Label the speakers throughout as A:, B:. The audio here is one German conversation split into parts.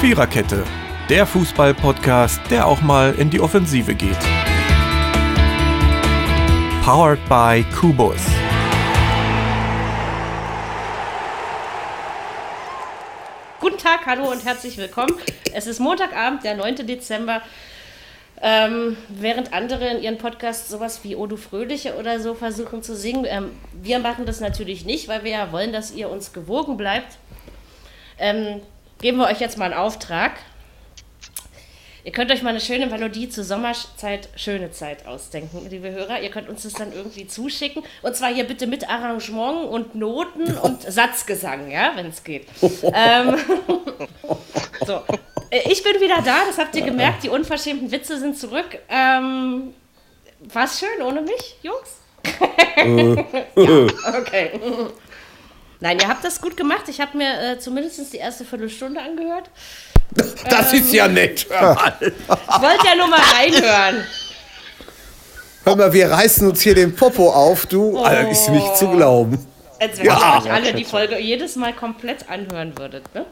A: Viererkette, der Fußball-Podcast, der auch mal in die Offensive geht. Powered by Kubus.
B: Guten Tag, hallo und herzlich willkommen. Es ist Montagabend, der 9. Dezember. Ähm, während andere in ihren Podcasts sowas wie O du Fröhliche oder so versuchen zu singen, ähm, wir machen das natürlich nicht, weil wir ja wollen, dass ihr uns gewogen bleibt. Ähm, geben wir euch jetzt mal einen Auftrag. Ihr könnt euch mal eine schöne Melodie zur Sommerzeit, schöne Zeit ausdenken, liebe Hörer. Ihr könnt uns das dann irgendwie zuschicken. Und zwar hier bitte mit Arrangement und Noten und Satzgesang, ja, wenn es geht. ähm, so. Äh, Ich bin wieder da, das habt ihr gemerkt. Die unverschämten Witze sind zurück. Ähm, war's schön ohne mich, Jungs?
C: Äh.
B: ja, okay. Nein, ihr habt das gut gemacht. Ich habe mir äh, zumindest die erste Viertelstunde angehört.
C: Das ist ja nett. Hör mal.
B: Ich wollte ja nur mal reinhören.
D: Hör mal, wir reißen uns hier den Popo auf, du.
B: Oh.
D: Alter, ist nicht zu glauben.
B: Als wenn
C: Ja.
B: ihr euch alle die Folge jedes Mal komplett anhören würdet, ne?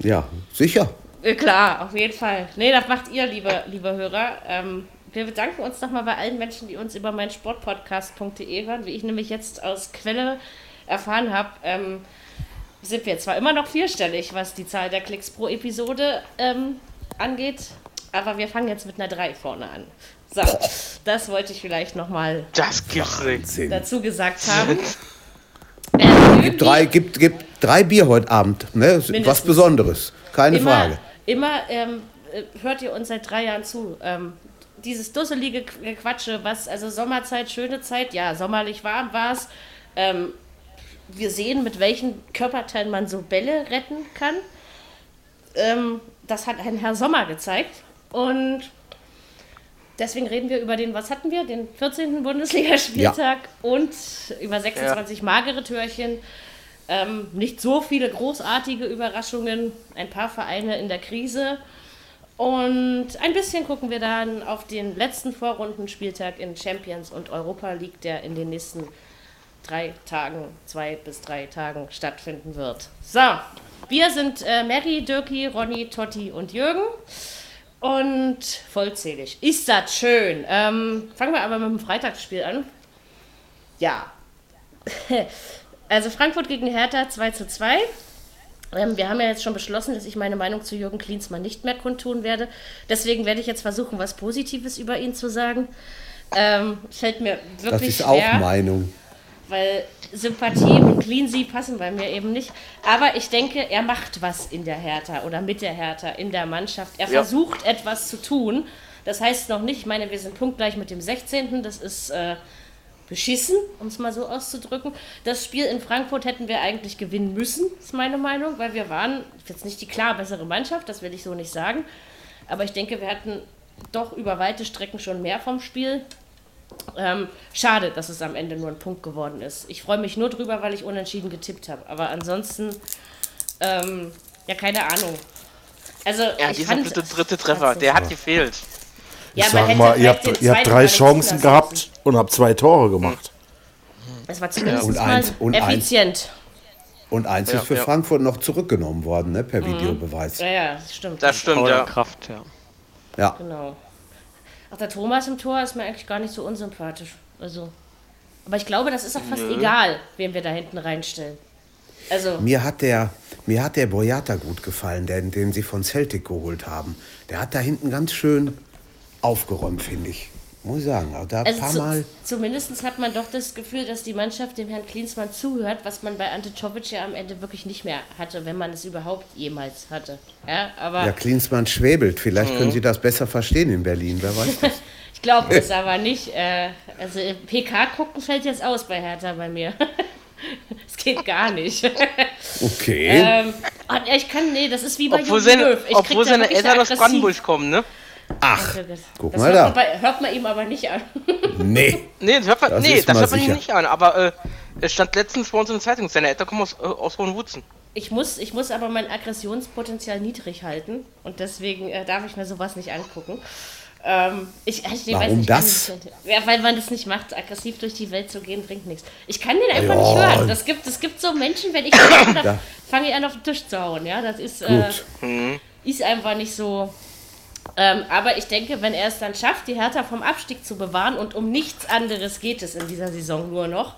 D: Ja, sicher.
B: Äh, Klar, auf jeden Fall. Nee, das macht ihr, liebe, liebe Hörer. Ähm, wir bedanken uns nochmal bei allen Menschen, die uns über mein Sportpodcast.de hören, wie ich nämlich jetzt aus Quelle erfahren habe. Ähm, sind wir zwar immer noch vierstellig, was die Zahl der Klicks pro Episode ähm, angeht, aber wir fangen jetzt mit einer 3 vorne an. So, das wollte ich vielleicht nochmal
E: Das gibt's nicht.
B: dazu gesagt haben. Ähm, irgendwie-
D: Drei, gibt, gibt drei Bier heute Abend. Ne? Ist Was
B: Mindestens.
D: Besonderes. Keine
B: immer,
D: Frage.
B: Immer ähm, äh, hört ihr uns seit drei Jahren zu. Ähm, dieses dusselige Qu- Gequatsche, was, also Sommerzeit, schöne Zeit, ja, sommerlich warm war es. Ähm, wir sehen, mit welchen Körperteilen man so Bälle retten kann. Ähm, das hat ein Herr Sommer gezeigt. Und deswegen reden wir über den, was hatten wir? Den 14. Bundesligaspieltag und über 26 magere Türchen. Ähm, nicht so viele großartige Überraschungen, ein paar Vereine in der Krise. Und ein bisschen gucken wir dann auf den letzten Vorrundenspieltag in Champions und Europa League, der in den nächsten drei Tagen, zwei bis drei Tagen stattfinden wird. So, wir sind äh, Mary, Dirki, Ronny, Totti und Jürgen. Und vollzählig. Ist das schön. Ähm, fangen wir aber mit dem Freitagsspiel an. Ja. also Frankfurt gegen Hertha 2 zu 2. Ähm, wir haben ja jetzt schon beschlossen, dass ich meine Meinung zu Jürgen Klinsmann nicht mehr kundtun werde. Deswegen werde ich jetzt versuchen, was Positives über ihn zu sagen. Ähm, fällt mir
D: Das
B: wirklich
D: ist
B: schwer
D: auch Meinung.
B: weil Sympathie und Cleansy passen bei mir eben nicht. Aber ich denke, er macht was in der Hertha oder mit der Hertha in der Mannschaft. Er
E: Ja.
B: versucht etwas zu tun. Das heißt noch nicht, ich meine, wir sind punktgleich mit dem 16. Das ist äh, beschissen, um es mal so auszudrücken. Das Spiel in Frankfurt hätten wir eigentlich gewinnen müssen, ist meine Meinung, weil wir waren jetzt nicht die klar bessere Mannschaft, das will ich so nicht sagen. Aber ich denke, wir hatten doch über weite Strecken schon mehr vom Spiel. Ähm, schade, dass es am Ende nur ein Punkt geworden ist. Ich freue mich nur drüber, weil ich unentschieden getippt habe. Aber ansonsten, ähm, ja, keine Ahnung. Also,
E: Ja,
B: ich
E: dieser
B: fand-
E: dritte, dritte Treffer, der hat gefehlt.
B: ja,
C: Ich
B: man
C: sag
B: hätte
C: mal, ihr
B: vielleicht den
C: habt, ihr habt
B: zweiten
C: drei
B: gar nicht
C: Chancen
B: zulassen müssen.
C: gehabt und habt zwei Tore gemacht.
B: Es war zumindest
D: Und
B: mal
D: eins, und eins.
B: effizient.
D: Und eins
E: Ja,
D: ist für
E: ja.
D: Frankfurt noch zurückgenommen worden, ne? per Videobeweis.
B: Ja, ja, stimmt.
E: Das stimmt, ja.
F: Kraft, ja.
D: Ja.
B: Genau. Ach, der Thomas im Tor ist mir eigentlich gar nicht so unsympathisch. Also. Aber ich glaube, das ist auch fast egal, wen wir da hinten reinstellen. Also,
D: Mir hat der, mir hat der Boyata gut gefallen, den, den sie von Celtic geholt haben. Der hat da hinten ganz schön aufgeräumt, finde ich. Muss ich sagen. Also da ein paar
B: also
D: Mal.
B: zu, zumindest hat man doch das Gefühl, dass die Mannschaft dem Herrn Klinsmann zuhört, was man bei Ante Czovic ja am Ende wirklich nicht mehr hatte, wenn man es überhaupt jemals hatte. Ja, Mhm. aber
D: Ja, Klinsmann schwebelt. Vielleicht können Sie das besser verstehen in Berlin. Wer weiß das?
B: ich glaube es aber nicht. Äh, also, PK gucken fällt jetzt aus bei Hertha bei mir. Es geht gar nicht.
D: Okay.
B: Ähm, ah, ich kann, nee, das ist wie bei
E: Obwohl
B: Jogi
E: seine,
B: Löw. Ich krieg
E: obwohl
B: da
E: seine
B: wirklich
E: Eltern aus
B: aggressiv-
E: Brandenburg kommen, ne?
D: Ach, guck
B: das
D: mal
B: hört man
D: da.
B: bei- Hört man ihm aber nicht an.
D: Nee.
E: Nee, das hört man,
D: Das
E: nee,
D: ist
E: das
D: mal
E: hört man ihm
D: sicher.
E: nicht an, aber äh, es stand letztens bei uns in der Zeitung, seine Eltern kommen aus, äh, aus Hohenwutzen.
B: Ich muss, ich muss aber mein Aggressionspotenzial niedrig halten und deswegen äh, darf ich mir sowas nicht angucken. Ähm, ich, ich nee,
D: Warum
B: weiß nicht,
D: das?
B: kann ich- Ja, weil man das nicht macht. Aggressiv durch die Welt zu gehen bringt nichts. Ich kann den einfach
D: Ja.
B: nicht hören. Das gibt, das gibt so Menschen, wenn ich den hören darf, fange ich an auf den Tisch zu hauen. Ja, das ist. Äh,
E: Mhm.
D: Gut.
B: ist einfach nicht so. Ähm, aber ich denke, wenn er es dann schafft, die Hertha vom Abstieg zu bewahren und um nichts anderes geht es in dieser Saison nur noch,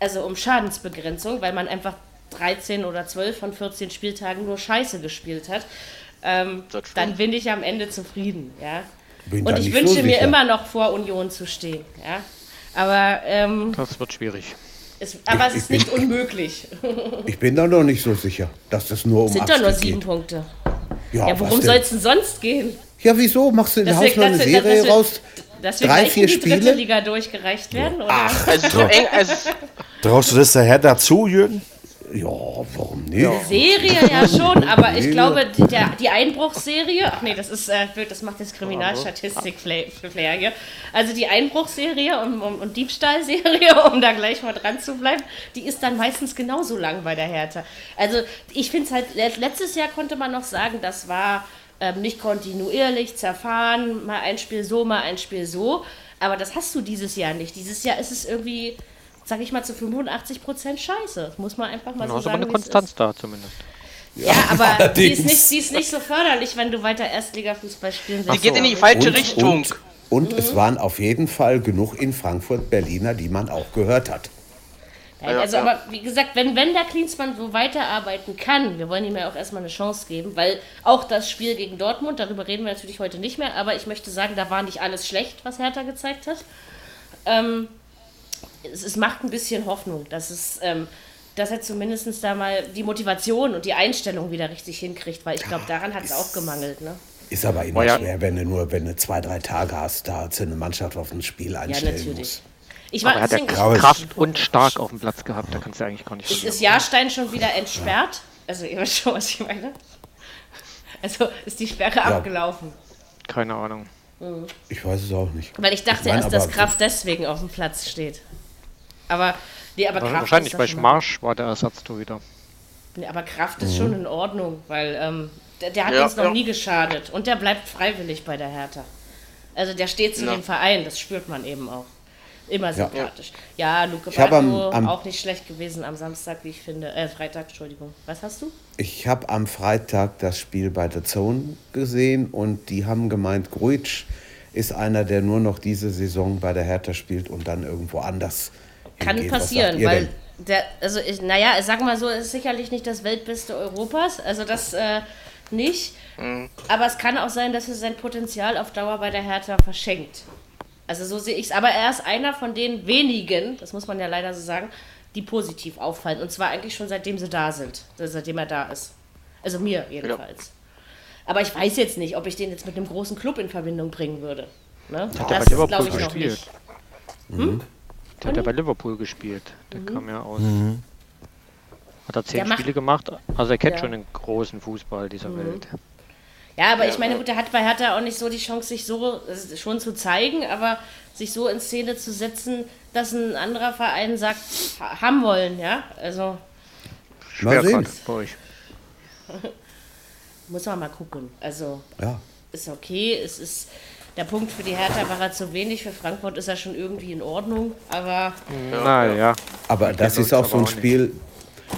B: also um Schadensbegrenzung, weil man einfach 13 oder 12 von 14 Spieltagen nur Scheiße gespielt hat, ähm,
E: Das stimmt.
B: dann bin ich am Ende zufrieden, ja.
D: Bin da
B: und ich
D: nicht
B: wünsche
D: so
B: mir
D: sicher.
B: immer noch vor Union zu stehen, ja. Aber, ähm,
F: Das wird schwierig.
B: es, aber es
D: ich
B: ist nicht unmöglich.
D: Ich bin da noch nicht so sicher, dass das nur um
B: Es sind doch nur
D: Abstieg
B: sieben
D: geht.
B: Punkte.
D: was
B: Ja, worum
D: denn?
B: soll es denn sonst gehen?
D: Ja, wieso? Machst du in der
B: Dass wir-
D: Haus noch eine
B: dass wir- dass
D: Serie
B: wir-
D: raus?
B: Dass wir
D: Drei,
B: gleich
D: vier
B: in die dritte
D: Spiele?
B: Liga durchgereicht werden? Oder?
E: Also so eng, also
C: Traust du das der Herr dazu, Jürgen?
D: Ja, warum nicht?
B: Serie ja schon, aber ich glaube, die, der, die Einbruchserie, ach nee, das ist, äh, blöd, das macht jetzt Kriminalstatistik-Flair hier. Also die Einbruchserie und, und, und Diebstahlserie, um da gleich mal dran zu bleiben, die ist dann meistens genauso lang bei der Hertha. Also ich finde es halt, let- letztes Jahr konnte man noch sagen, das war ähm, nicht kontinuierlich, zerfahren, mal ein Spiel so, mal ein Spiel so. Aber das hast du dieses Jahr nicht. Dieses Jahr ist es irgendwie, sag ich mal, zu 85 Prozent scheiße. Das muss man einfach mal so
F: Du Genau, hast
B: sagen.
F: aber eine
B: wie es ist.
F: Konstanz da zumindest.
B: Ja, aber die ist, nicht, die ist nicht so förderlich, wenn du weiter Erstliga-Fußball spielen willst.
E: die geht in die falsche Richtung.
D: Und, und es waren auf jeden Fall genug in Frankfurt Berliner, die man auch gehört hat.
B: Nein, also, aber wie gesagt, wenn, wenn der Klinsmann so weiterarbeiten kann, wir wollen ihm ja auch erstmal eine Chance geben, weil auch das Spiel gegen Dortmund, darüber reden wir natürlich heute nicht mehr, aber ich möchte sagen, da war nicht alles schlecht, was Hertha gezeigt hat. Ähm, es, es macht ein bisschen Hoffnung, dass es. Ähm, dass er zumindest da mal die Motivation und die Einstellung wieder richtig hinkriegt, weil ich glaube, daran hat es auch gemangelt. Ne?
D: Ist aber immer
F: Oh ja.
D: schwer, wenn du nur wenn du zwei, drei Tage hast, da hast du eine Mannschaft auf ein Spiel
B: Ja,
D: einstellen
B: natürlich.
D: muss.
B: Ich
F: Aber er hat ja
B: deswegen-
F: Kraft und stark auf dem Platz gehabt. Da kannst du eigentlich gar nicht
B: Ist,
F: verlieren.
B: ist Jahrstein schon wieder entsperrt? Also, ihr wisst schon, was ich meine. Also, ist die Sperre abgelaufen.
F: Keine Ahnung.
D: Ich weiß es auch nicht.
B: Weil ich dachte
D: Nein,
B: erst, dass
D: aber-
B: Kraft deswegen auf dem Platz steht. Aber, nee, aber Kraft
F: Also Wahrscheinlich
B: ist
F: bei
B: doch schon-
F: Schmarsch war der Ersatztorhüter.
B: Nee, aber Kraft
D: Mhm.
B: ist schon in Ordnung, weil ähm, der, der hat
E: Ja,
B: uns noch
E: ja.
B: nie geschadet. Und der bleibt freiwillig bei der Hertha. Also, der steht zu
E: Ja.
B: dem Verein, das spürt man eben auch. Immer sympathisch. Ja, Luke
D: hab am-
B: Bacchio,
D: am-
B: auch nicht schlecht gewesen am Samstag, wie ich finde. Äh, Freitag, Entschuldigung. Was hast du?
D: Ich habe am Freitag das Spiel bei The Zone gesehen und die haben gemeint, Gruitsch ist einer, der nur noch diese Saison bei der Hertha spielt und dann irgendwo anders.
B: Kann
D: hingeht. Was sagt
B: passieren,
D: ihr
B: weil
D: denn?
B: der, also ich, naja, ich sag mal so, es ist sicherlich nicht das Weltbeste Europas, also das äh, nicht. Aber es kann auch sein, dass er sein Potenzial auf Dauer bei der Hertha verschenkt. Also so sehe ich es. Aber er ist einer von den wenigen, das muss man ja leider so sagen, die positiv auffallen. Und zwar eigentlich schon seitdem sie da sind, also seitdem er da ist. Also mir jedenfalls. Aber ich weiß jetzt nicht, ob ich den jetzt mit einem großen Club in Verbindung bringen würde. Ne?
F: Hat er
B: Das
F: bei Liverpool
B: glaube ich noch
F: gespielt?
B: nicht. Hm? Mhm.
F: Der hat ja bei Liverpool gespielt. Der kam ja aus.
D: Mhm.
F: Hat er
B: Der
F: zehn
B: macht-
F: Spiele gemacht. Also er kennt
B: Ja. Mhm.
F: schon den großen Fußball dieser Welt.
B: Ja, aber ich meine, gut, der hat bei Hertha auch nicht so die Chance, sich so äh, schon zu zeigen, aber sich so in Szene zu setzen, dass ein anderer Verein sagt, ha- haben wollen, ja? Also
D: Mal sehen.
F: gerade bei euch.
B: muss man mal gucken. Also
D: Ja.
B: ist okay, es ist der Punkt für die Hertha war er zu wenig, für Frankfurt ist er schon irgendwie in Ordnung, aber
F: Naja. Ja.
D: Aber das
F: kenn
D: ist auch
F: uns
D: so ein
F: aber auch
D: Spiel,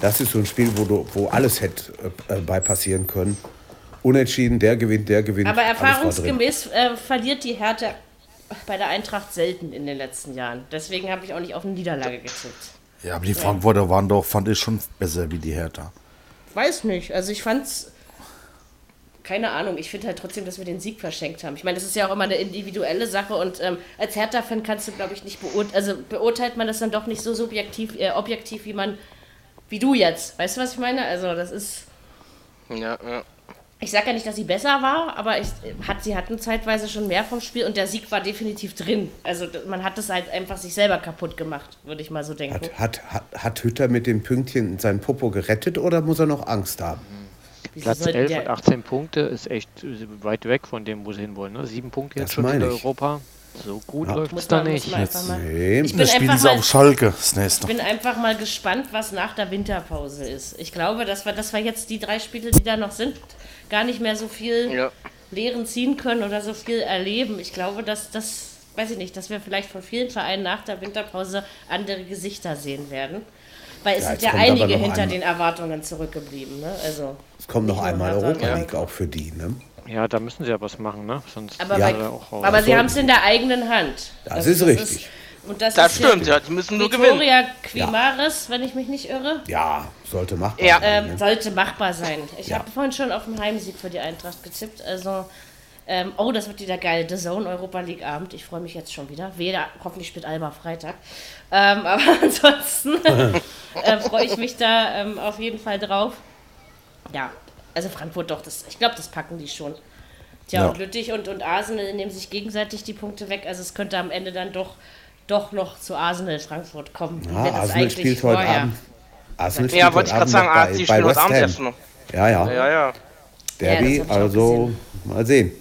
D: das ist so ein Spiel, wo, du, wo alles hätte äh, äh, bei passieren können. Unentschieden, der gewinnt, der gewinnt.
B: aber
D: alles war drin.
B: erfahrungsgemäß äh, verliert die Hertha bei der Eintracht selten in den letzten Jahren. Deswegen habe ich auch nicht auf eine Niederlage getippt.
C: Ja, aber die Frankfurter waren doch, fand ich, schon besser wie die Hertha.
B: Weiß nicht. Also ich fand's. Keine Ahnung, ich finde halt trotzdem, dass wir den Sieg verschenkt haben. Ich meine, das ist ja auch immer eine individuelle Sache und ähm, als Hertha-Fan kannst du, glaube ich, nicht beurteilen. Also beurteilt man das dann doch nicht so subjektiv, äh, objektiv, wie man, wie du jetzt. Weißt du, was ich meine? Also, das ist.
E: Ja, ja.
B: Ich sage ja nicht, dass sie besser war, aber ich, hat, sie hatten zeitweise schon mehr vom Spiel und der Sieg war definitiv drin. Also, d- man hat das halt einfach sich selber kaputt gemacht, würde ich mal so denken.
D: Hat, hat, hat, hat Hütter mit dem Pünktchen sein Popo gerettet oder muss er noch Angst haben?
B: Wieso
F: Platz
B: sollten
F: 11
B: der-
F: und 18 Punkte ist echt äh, weit weg von dem, wo sie hinwollen. Ne? Sieben Punkte jetzt
D: Das
F: schon in
D: meine ich.
F: Europa. So gut läuft es
B: muss
F: da
B: man, muss
F: nicht.
B: man einfach mal.
D: Nee,
B: Ich
C: Da
B: bin
C: spielen
B: einfach
C: sie
B: mal
C: auf Schalke, das nächste.
B: Ich bin einfach mal gespannt, was nach der Winterpause ist. Ich glaube, dass wir, dass wir jetzt die drei Spiele, die da noch sind, gar nicht mehr so viel
E: Ja.
B: Lehren ziehen können oder so viel erleben. Ich glaube, dass das, weiß ich nicht, dass wir vielleicht von vielen Vereinen nach der Winterpause andere Gesichter sehen werden. Weil es
D: Ja,
B: sind
D: jetzt
B: ja
D: kommt aber
B: einige
D: noch
B: hinter
D: ein-
B: den Erwartungen zurückgeblieben. Ne? Also,
D: Es kommt noch
B: Nicht
D: einmal
B: nur Hertha,
D: Europa
B: ja.
D: League auch für die, ne?
F: Ja, da müssen sie ja was machen, ne? Sonst
B: aber
F: sind
B: bei,
F: sie auch raus.
B: aber sie haben es in der eigenen Hand. Also
D: Das ist richtig.
B: und das,
E: Das
B: ist
E: stimmt, ja, die müssen nur gewinnen.
B: Victoria Quimaris, wenn ich mich nicht irre,
D: Ja, sollte machbar
E: Ja.
D: sein.
B: ähm,
D: Ne?
B: sollte machbar sein. Ich
D: Ja.
B: habe vorhin schon auf den Heimsieg für die Eintracht getippt. Also, ähm, oh, das wird wieder geil. The Zone Europa League Abend. Ich freue mich jetzt schon wieder. Weder, hoffentlich spielt Alba Freitag. Ähm, aber ansonsten äh, freue ich mich da ähm, auf jeden Fall drauf. Ja, also Frankfurt doch, das, ich glaube, das packen die schon. Tja,
C: Ja.
B: und Lüttich und, und Arsenal nehmen sich gegenseitig die Punkte weg. Also es könnte am Ende dann doch, doch noch zu Arsenal Frankfurt kommen.
D: Ja, Arsenal spielt heute Abend. Arsenal spielt
E: Ja, wollte ich
D: heute
E: gerade sagen,
D: Abend noch
E: Arsenal spielen heute Abend erst noch.
D: Ja, ja,
E: Ja, ja.
D: Derby,
B: Ja, das hab ich auch
D: also mal sehen.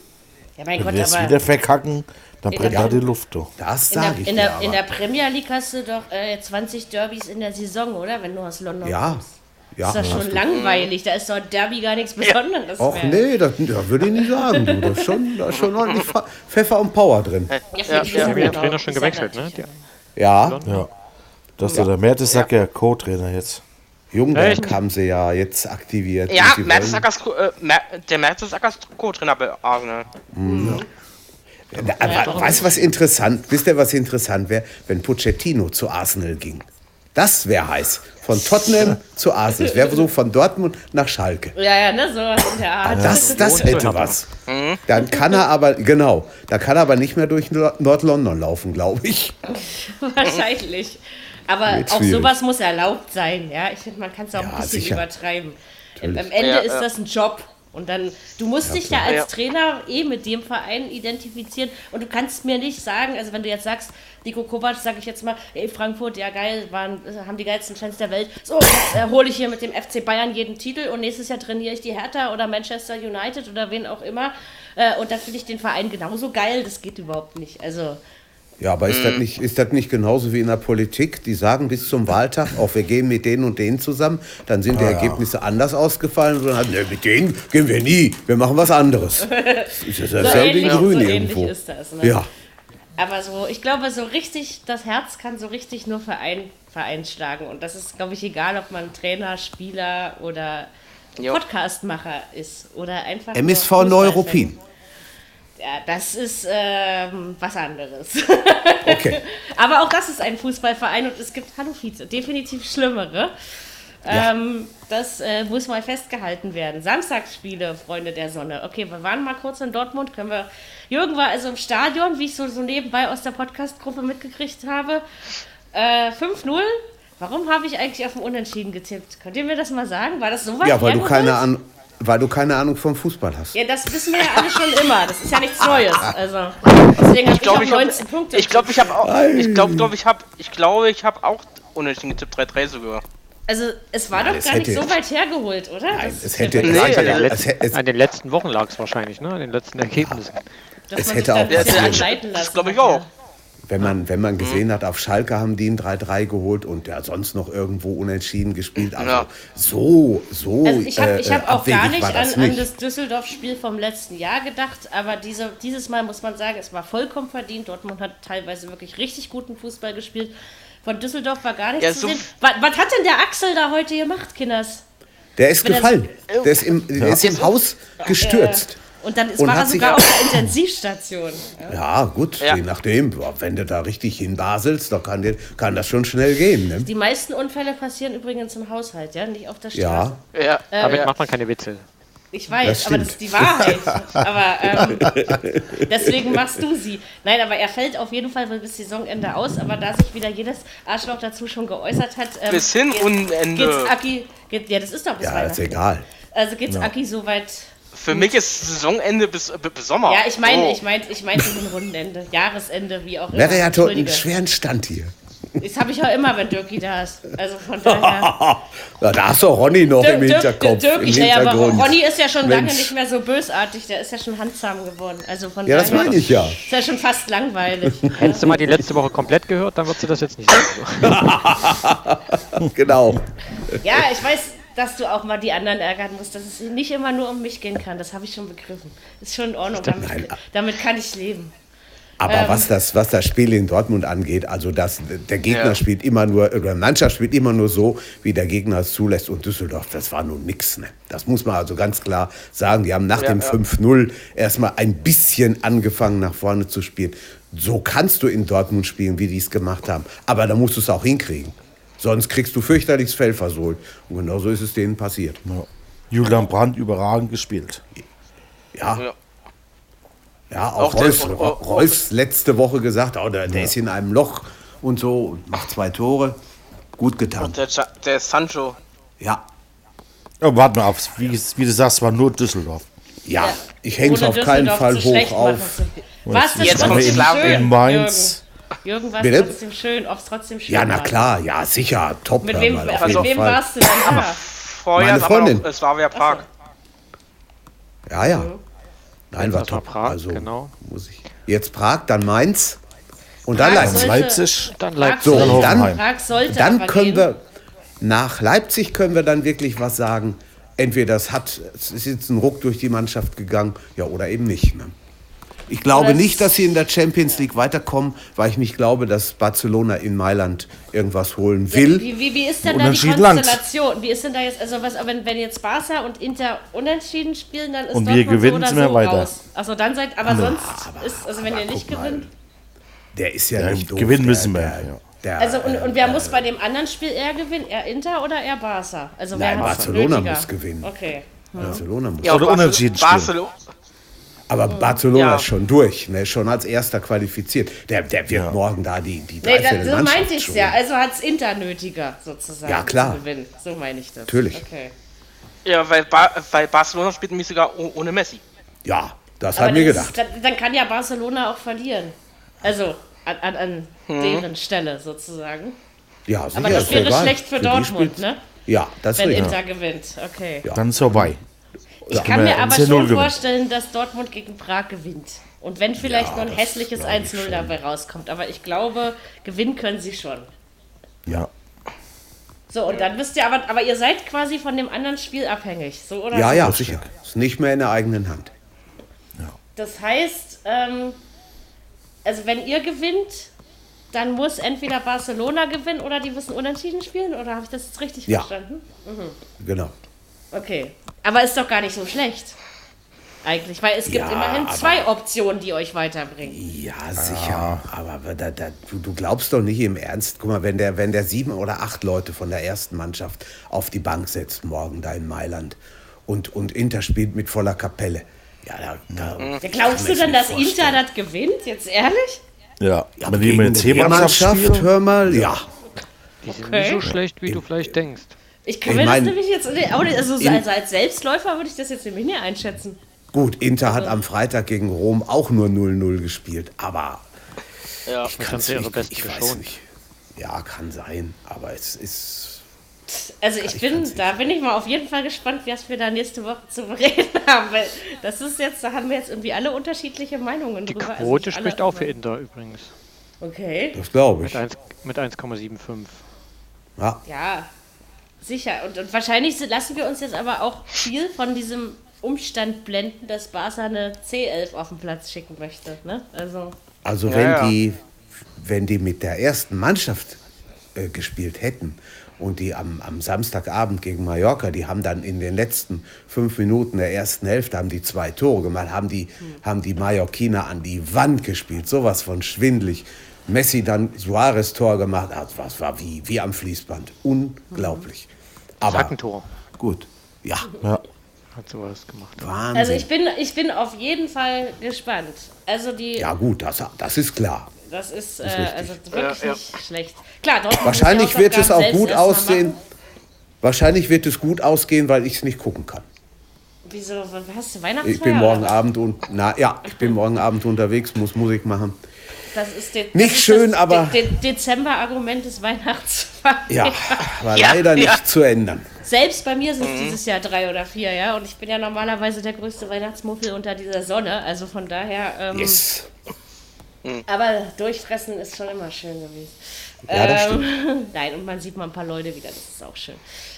B: Ja, mein
C: Wenn
B: Gott,
C: wir es
B: aber
C: wieder verkacken, dann brennt
B: Ja.
C: da die Luft doch.
D: Das
B: in der,
D: sage ich
B: in,
D: dir
B: der,
D: aber.
B: in der Premier League hast du doch äh, 20 Derbys in der Saison, oder? Wenn du aus London
D: ja,
B: kommst.
D: ja.
B: Ist das schon langweilig? Da ist so ein Derby gar nichts Besonderes
D: Och
B: mehr.
D: nee, das, das würde ich nicht sagen. Du. Da ist schon, da ist schon ordentlich Fa- Pfeffer und Power drin.
B: Ja, für
E: Ja,
B: die
E: ja.
B: ist
F: haben den
B: aber
F: Trainer
B: auch-
F: schon
B: ist ja
F: gewechselt, ne?
B: natürlich
F: Der-
B: auch-
D: Ja,
C: Ja. Das ist ja der Mertesacker Co-Trainer jetzt.
D: Jungberg haben sie ja jetzt aktiviert.
E: Ja,
D: und sie wollen-
E: Mertesackers, Co- äh, Mer- der Mertesackers Co-Trainer bei Arsenal.
D: Da- Aber weißt du, was interessant? Wisst ihr, was interessant wäre? Wenn Pochettino zu Arsenal ging. Das wäre heiß. Von Tottenham zu Arsenal. Das wäre so von Dortmund nach Schalke.
B: Ja, ja, ne? So in der Art.
D: Ah, Das, das hätte was. Dann kann er aber, genau, da kann er aber nicht mehr durch Nor- Nord-London laufen, glaube ich.
B: Wahrscheinlich. Aber
D: Jetzt
B: auch
D: schwierig.
B: sowas muss erlaubt sein, ja. Ich finde, man kann es auch
D: Ja,
B: ein bisschen
D: sicher.
B: übertreiben. Am
D: Natürlich.
B: am Ende
E: Ja,
B: ist
E: ja.
B: das ein Job. Und dann, du musst dich ja als
E: Ja.
B: Trainer eh mit dem Verein identifizieren. Und du kannst mir nicht sagen, also wenn du jetzt sagst, Nico Kovac, sag ich jetzt mal, ey, Frankfurt, ja geil, waren, haben die geilsten Fans der Welt. So, jetzt äh, hole ich hier mit dem FC Bayern jeden Titel und nächstes Jahr trainiere ich die Hertha oder Manchester United oder wen auch immer. Äh, und dann finde ich den Verein genauso geil. Das geht überhaupt nicht. Also,
D: Ja, aber ist, das nicht, ist das nicht genauso wie in der Politik? Die sagen bis zum Wahltag, auch wir gehen mit denen und denen zusammen. Dann sind die
B: Ah,
D: Ergebnisse anders ausgefallen. Und dann hat, ne, mit denen gehen wir nie. Wir machen was anderes. Das ist ja dasselbe wie
B: ähnlich-
D: die Grünen
B: so ähnlich
D: irgendwo.
B: ist das, ne?
D: Ja.
B: Aber so, ich glaube, so richtig, das Herz kann so richtig nur für einen Verein schlagen. Und das ist, glaube ich, egal, ob man Trainer, Spieler oder
E: Jo.
B: Podcastmacher ist oder einfach. nur
D: MSV
B: Fußballfan.
D: Neuruppin.
B: Ja, das ist ähm, was anderes.
D: Okay.
B: Aber auch das ist ein Fußballverein und es gibt, hallo Vize, definitiv schlimmere.
D: Ja.
B: Ähm, das äh, muss mal festgehalten werden. Samstagsspiele, Freunde der Sonne. Okay, wir waren mal kurz in Dortmund. Können wir. Jürgen war also im Stadion, wie ich so, so nebenbei aus der Podcast-Gruppe mitgekriegt habe. Äh, 5-0. Warum habe ich eigentlich auf dem Unentschieden getippt? Könnt ihr mir das mal sagen? War das so weit
D: Ja, weil du,
B: hergeholt?
D: keine Ahnung, weil du keine Ahnung vom Fußball hast.
B: Ja, das wissen wir ja alle schon immer. Das ist ja nichts Neues. Also, deswegen habe ich,
E: Ich glaube,
B: auf
E: ich
B: 19 Punkte.
E: habe ich glaube, ich habe auch ich glaube, glaube ich habe ich glaube, ich habe auch unentschieden getippt 3-3 sogar.
B: Also, es war doch
D: es
B: gar nicht
D: hätte-
B: so weit hergeholt, oder?
D: Nein,
B: Das-
D: es hätte,
E: Nee,
D: es
F: an, den
E: ja,
D: hätte, es
F: letzten,
D: hätte,
F: an den letzten Wochen lag es wahrscheinlich, ne? An den letzten Ergebnissen.
B: dass
D: es
B: man
D: hätte
B: sich da
D: auch
B: ein bisschen
D: passieren
B: leiten lassen
E: Das glaube ich
B: hat,
E: auch.
B: ja. Mhm.
D: wenn, man, wenn man gesehen hat, auf Schalke haben die ein 3-3 geholt und ja, sonst noch irgendwo unentschieden gespielt. Also
E: Ja.
D: so, so.
B: Also, ich habe ich
D: äh,
B: hab auch gar
D: abwegig
B: nicht
D: war
B: an,
D: das
B: an das Düsseldorf-Spiel vom letzten Jahr gedacht, aber diese, dieses Mal muss man sagen, es war vollkommen verdient. Dortmund hat teilweise wirklich richtig guten Fußball gespielt. Von Düsseldorf war gar nichts
E: Ja,
B: zu
E: so-
B: sehen. Was, was hat denn der Axel da heute gemacht, Kinders?
D: Der ist
B: Wenn er-
D: gefallen. Der ist im, der ist im Haus gestürzt.
B: Und dann ist,
D: Und
B: war
D: hat
B: er
D: sich-
B: sogar auf der Intensivstation.
D: Ja, gut,
E: Ja.
D: je nachdem. Boah, Wenn du da richtig hinbaselst, dann kann, dir- kann das schon schnell gehen. Ne?
B: Die meisten Unfälle passieren übrigens im Haushalt, ja, nicht auf der Straße.
D: Ja,
E: Ja.
B: Äh,
F: Damit macht man keine Witze.
B: Ich weiß,
D: Das
B: aber das ist die Wahrheit. aber ähm, deswegen machst du sie. Nein, aber er fällt auf jeden Fall bis Saisonende aus. Aber da sich wieder jedes Arschloch dazu schon geäußert hat, ähm,
E: Bis hin
B: geht-
E: und Ende.
B: Geht's Aki, geht, ja, das ist doch bis
D: ja ist genau.
B: Weihnachten.
D: egal.
B: Also geht's Aki so weit.
E: Für mich ist Saisonende bis, äh, bis Sommer.
B: Ja, ich meine,
E: Oh.
B: ich meine, ich meine so ein Rundenende, Jahresende, wie auch immer.
D: Merre hat heute einen
B: Entschuldige.
D: schweren Stand hier.
B: Das habe ich ja immer, wenn Dirki da ist. Also von daher.
D: Na, da hast du Ronny noch
B: Dirk-
D: im
B: Dirk-
D: Hinterkopf.
B: Dirk-
D: im
B: Dirk- ja, aber
D: Hintergrund.
B: Ronny ist ja schon lange
D: Mensch.
B: nicht mehr so bösartig, der ist ja schon handsam geworden. Also von
D: Ja, das
B: daher
D: meine ich ja.
B: ist ja schon fast langweilig.
F: Hättest du mal die letzte Woche komplett gehört, dann würdest du das jetzt nicht sagen.
D: Genau.
B: ja, ich weiß, dass du auch mal die anderen ärgern musst, dass es nicht immer nur um mich gehen kann. Das habe ich schon begriffen. Ist schon in Ordnung. Damit,
D: Nein.
B: damit kann ich leben.
E: Ähm.
D: Aber was, das, was das Spiel in Dortmund angeht, also das, der Gegner
E: Ja.
D: spielt immer nur, äh, oder die Mannschaft spielt immer nur so, wie der Gegner es zulässt. Und Düsseldorf, das war nun nix. Ne? Das muss man also ganz klar sagen. Die haben nach
E: Ja,
D: dem
E: ja.
D: 5-0 erstmal ein bisschen angefangen, nach vorne zu spielen. So kannst du in Dortmund spielen, wie die es gemacht haben. Aber da musst du es auch hinkriegen. Sonst kriegst du fürchterliches Fell versohlt. Und genau so ist es denen passiert.
C: Julian Brandt überragend gespielt.
D: Ja,
E: Ja.
D: Ja, auch,
E: Auch der-
D: Reus,
E: auch- auch-
D: Reus letzte Woche gesagt, oh, der, der ist in einem Loch und so und macht zwei Tore. Gut getan.
E: Und äh, der, Cha- der Sancho.
D: Ja,
C: Ja, warte mal ab, wie, wie du sagst, war nur Düsseldorf.
D: ja, ich hänge es
B: Ohne
D: auf keinen
B: Düsseldorf
D: Fall
B: zu schlecht
D: hoch auf.
B: machen. Was das
E: Jetzt
B: trotzdem
E: kommt's
B: schön?
E: klar,
C: In Mainz.
B: Jürgen, Jürgen war
D: Bitte?
B: trotzdem schön, ob's trotzdem schön
D: Ja, na
B: war.
D: klar, ja, sicher, top.
B: Mit
D: hör
B: wem,
D: mal, auf
B: mit
D: jeden
B: wem
D: Fall.
B: warst du denn da?
E: Vorher
D: Meine
E: ist aber
D: Freundin.
E: noch Slavia Prag.
D: Ja,
B: Also.
D: ja. Nein, war
F: Das war
D: top.
F: Prag,
D: also,
F: genau.
D: muss ich. Jetzt Prag, dann Mainz und dann
B: Prag
D: Leipzig.
B: sollte-
C: Leipzig.
F: Dann
B: Prag
F: Leipzig.
D: So,
B: sollte-
D: und dann,
B: Prag sollte
D: dann
B: aber
D: können
B: gehen.
D: wir nach Leipzig können wir dann wirklich was sagen. Entweder das hat, es ist jetzt ein Ruck durch die Mannschaft gegangen, ja, oder eben nicht. Ne? Ich glaube
B: Oder es-
D: nicht, dass sie in der Champions League weiterkommen, weil ich nicht glaube, dass Barcelona in Mailand irgendwas holen will.
B: Wie, wie, wie ist denn da die
C: Unentschieden langt.
B: Konstellation? Wie ist denn da jetzt, also was, wenn, wenn jetzt Barca und Inter unentschieden spielen, dann ist
C: Und wir
B: Dortmund
C: gewinnen,
B: so
C: sind
B: oder
C: wir
B: so
C: weiter.
B: raus. Also dann seid, aber sonst ist, also wenn ihr nicht
D: guck mal.
B: gewinnt.
D: Der ist ja,
C: Ja,
D: nicht doof.
C: gewinnen
D: der,
C: müssen wir,
D: Der,
C: ja.
D: der,
B: Also und,
D: äh,
B: und wer muss bei dem anderen Spiel eher gewinnen? Eher Inter oder eher Barca? Also wer
D: Nein,
B: hat's
D: Barcelona
B: nötiger?
D: muss gewinnen.
B: Okay.
D: Barcelona muss.
E: Ja,
C: Oder
E: Barcel-
C: unentschieden spielen.
E: Barcelona.
D: Aber Barcelona
E: Ja.
D: ist schon durch, ne? schon als erster qualifiziert. Der, der wird morgen da die, die
B: Nee, da,
D: dreiviertel
B: so
D: Mannschaft
B: meinte ich es
D: schon.
B: ja. Also hat es Inter nötiger sozusagen
D: Ja, klar.
B: zu gewinnen. So meine ich das.
D: Natürlich.
B: Okay.
E: Ja, weil, ba weil Barcelona spielt nämlich sogar oh- ohne Messi.
D: Ja, das
B: Aber
D: haben wir
B: das
D: gedacht.
B: Ist, dann, dann kann ja Barcelona auch verlieren. Also an, an, an
D: Hm.
B: deren Stelle sozusagen.
D: Ja, sicher,
B: Aber das
D: ist
B: wäre
D: egal.
B: schlecht für,
D: die
B: Dortmund,
D: spielt's-
B: ne?
D: Ja, das ist
B: Wenn
D: richtig.
B: Inter gewinnt. Okay.
C: Dann ist vorbei.
B: ich kann
C: wir
B: mir aber
C: 10-0
B: schon
C: gewinnen.
B: vorstellen, dass Dortmund gegen Prag gewinnt. Und wenn vielleicht nur ein hässliches 1-0 dabei rauskommt. Aber ich glaube, gewinnen können sie schon.
C: Ja.
B: So, und dann wisst ihr, aber, aber ihr seid quasi von dem anderen Spiel abhängig. So, oder?
D: Ja, ja,
C: Das
D: sicher. Ist nicht mehr in der eigenen Hand.
B: Das heißt, ähm, also wenn ihr gewinnt, dann muss entweder Barcelona gewinnen oder die müssen unentschieden spielen. Oder habe ich das jetzt richtig
D: Ja.
B: verstanden?
D: Genau.
B: Okay. Aber ist doch gar nicht so schlecht. Eigentlich, weil es gibt
D: Ja,
B: immerhin
D: aber-
B: zwei Optionen, die euch weiterbringen.
D: Ja, sicher. Aber da, da, du, du glaubst doch nicht im Ernst. Guck mal, wenn der, wenn der sieben oder acht Leute von der ersten Mannschaft auf die Bank setzt morgen da in Mailand und, und Inter spielt mit voller Kapelle. Ja, da, da
B: Ja, glaubst du denn, dass Inter das gewinnt? Jetzt ehrlich?
C: Ja,
D: ja,
C: wenn die mit
D: gegen eine
C: C-Mannschaft
D: Mannschaft,
C: spielen,
D: hör mal, ja.
F: Die sind
B: Okay.
F: nicht so schlecht, wie du vielleicht denkst.
B: Ich kann
D: Ich
B: mir
D: mein-
B: das nämlich jetzt auch nicht, also, so-
D: In-
B: also als Selbstläufer würde ich das jetzt nämlich nicht einschätzen.
D: Gut, Inter hat am Freitag gegen Rom auch nur 0-0 gespielt, aber
E: Ja.
D: ich
F: haben
D: kann's
F: sie ihre
D: nicht-
F: Besten
D: ich weiß
F: geschont.
D: nicht. Ja, kann sein, aber es ist
B: Also ich bin, da bin ich mal auf jeden Fall gespannt, was wir da nächste Woche zu bereden haben. Weil das ist jetzt, da haben wir jetzt irgendwie alle unterschiedliche Meinungen
F: Die
B: drüber. Also
F: Quote
B: nicht alle,
F: spricht auch für
B: aber-
F: Inter übrigens.
B: Okay,
D: Das glaube ich.
F: Mit eins- mit 1,75.
D: Ja.
B: ja, sicher. Und, und wahrscheinlich sind- lassen wir uns jetzt aber auch viel von diesem Umstand blenden, dass Barca eine C11 auf den Platz schicken möchte. Ne? Also,
D: Also
E: Ja,
D: wenn
E: ja.
D: die, wenn die mit der ersten Mannschaft äh, gespielt hätten und die am, am Samstagabend gegen Mallorca, die haben dann in den letzten fünf Minuten der ersten Hälfte haben die zwei Tore gemacht, haben die,
E: Hm.
D: haben die Mallorquiner an die Wand gespielt, sowas von schwindlig. Messi dann Suarez Tor gemacht, ah, das war wie, wie am Fließband, unglaublich.
E: Mhm.
D: Aber
F: Hackentor
D: gut, ja,
F: hat sowas gemacht.
D: Wahnsinn.
B: also ich, bin, ich bin auf jeden Fall gespannt. Also die,
D: ja gut, das, das ist klar.
B: das ist, äh, also wirklich
E: Ja, ja.
B: nicht schlecht. Klar, Dortmund muss
D: Wahrscheinlich
B: die
D: wird es auch
B: Hausaufgaben
D: gut
B: selbst erst mal
D: aussehen.
B: machen.
D: Wahrscheinlich wird es gut ausgehen, weil ich es nicht gucken kann.
B: Wieso, hast du Weihnachtsfeier?
D: Ich bin
B: oder
D: morgen Abend und na ja, ich bin morgen Abend unterwegs, muss Musik machen.
B: Das ist de-
D: Nicht
B: das ist
D: schön,
B: das
D: aber-
B: De De Dezember-Argument des Weihnachtsfeiers.
D: Ja, war
E: Ja,
D: leider
E: ja.
D: nicht zu ändern.
B: Selbst bei mir sind
D: Mhm.
B: es dieses Jahr drei oder vier, ja. Und ich bin ja normalerweise der größte Weihnachtsmuffel unter dieser Sonne. Also von daher. Ähm,
D: Yes.
B: Aber durchfressen ist schon immer schön gewesen. Ähm,
D: Ja, das
B: Nein, und man sieht mal ein paar Leute wieder, das ist auch schön.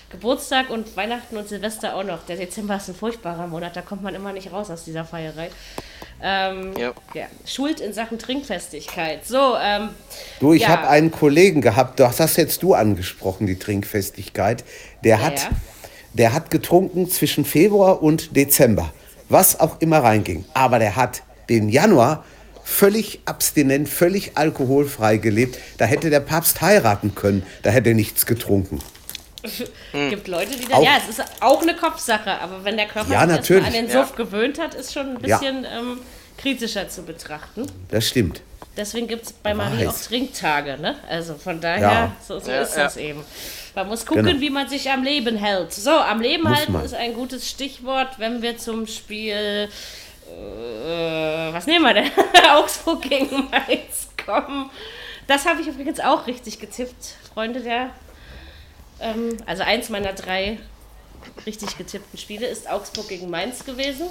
B: Geburtstag und Weihnachten und Silvester auch noch. Der Dezember ist ein furchtbarer Monat, da kommt man immer nicht raus aus dieser Feierei. Ähm,
E: Ja.
B: ja. Schuld in Sachen Trinkfestigkeit. So, ähm,
D: Du, ich
B: ja.
D: habe einen Kollegen gehabt, das hast jetzt du angesprochen, die Trinkfestigkeit. Der hat,
B: ja.
D: der hat getrunken zwischen Februar und Dezember, was auch immer reinging. Aber der hat den Januar völlig abstinent, völlig alkoholfrei gelebt. Da hätte der Papst heiraten können, da hätte er nichts getrunken.
B: gibt Leute, die dann.
D: Hm. Auch-
B: Ja, es ist auch eine Kopfsache, aber wenn der Körper
D: Ja,
B: sich erstmal an
D: natürlich.
B: den
E: Ja.
B: Suff gewöhnt hat, ist schon ein
D: Ja.
B: bisschen ähm, kritischer zu betrachten.
D: Das stimmt.
B: Deswegen gibt es bei Marie auch
D: Weiß.
B: Trinktage, ne? Also von daher,
D: Ja.
B: so, so
E: Ja,
B: ist
E: ja.
B: das eben. Man muss gucken,
D: Genau.
B: wie man sich am Leben hält. So, am Leben
D: Muss
B: halten
D: man.
B: ist ein gutes Stichwort, wenn wir zum Spiel, äh, was nehmen wir denn? Augsburg gegen Mainz kommen. Das habe ich übrigens auch richtig getippt, Freunde der, ähm, also eins meiner drei richtig getippten Spiele ist Augsburg gegen Mainz gewesen.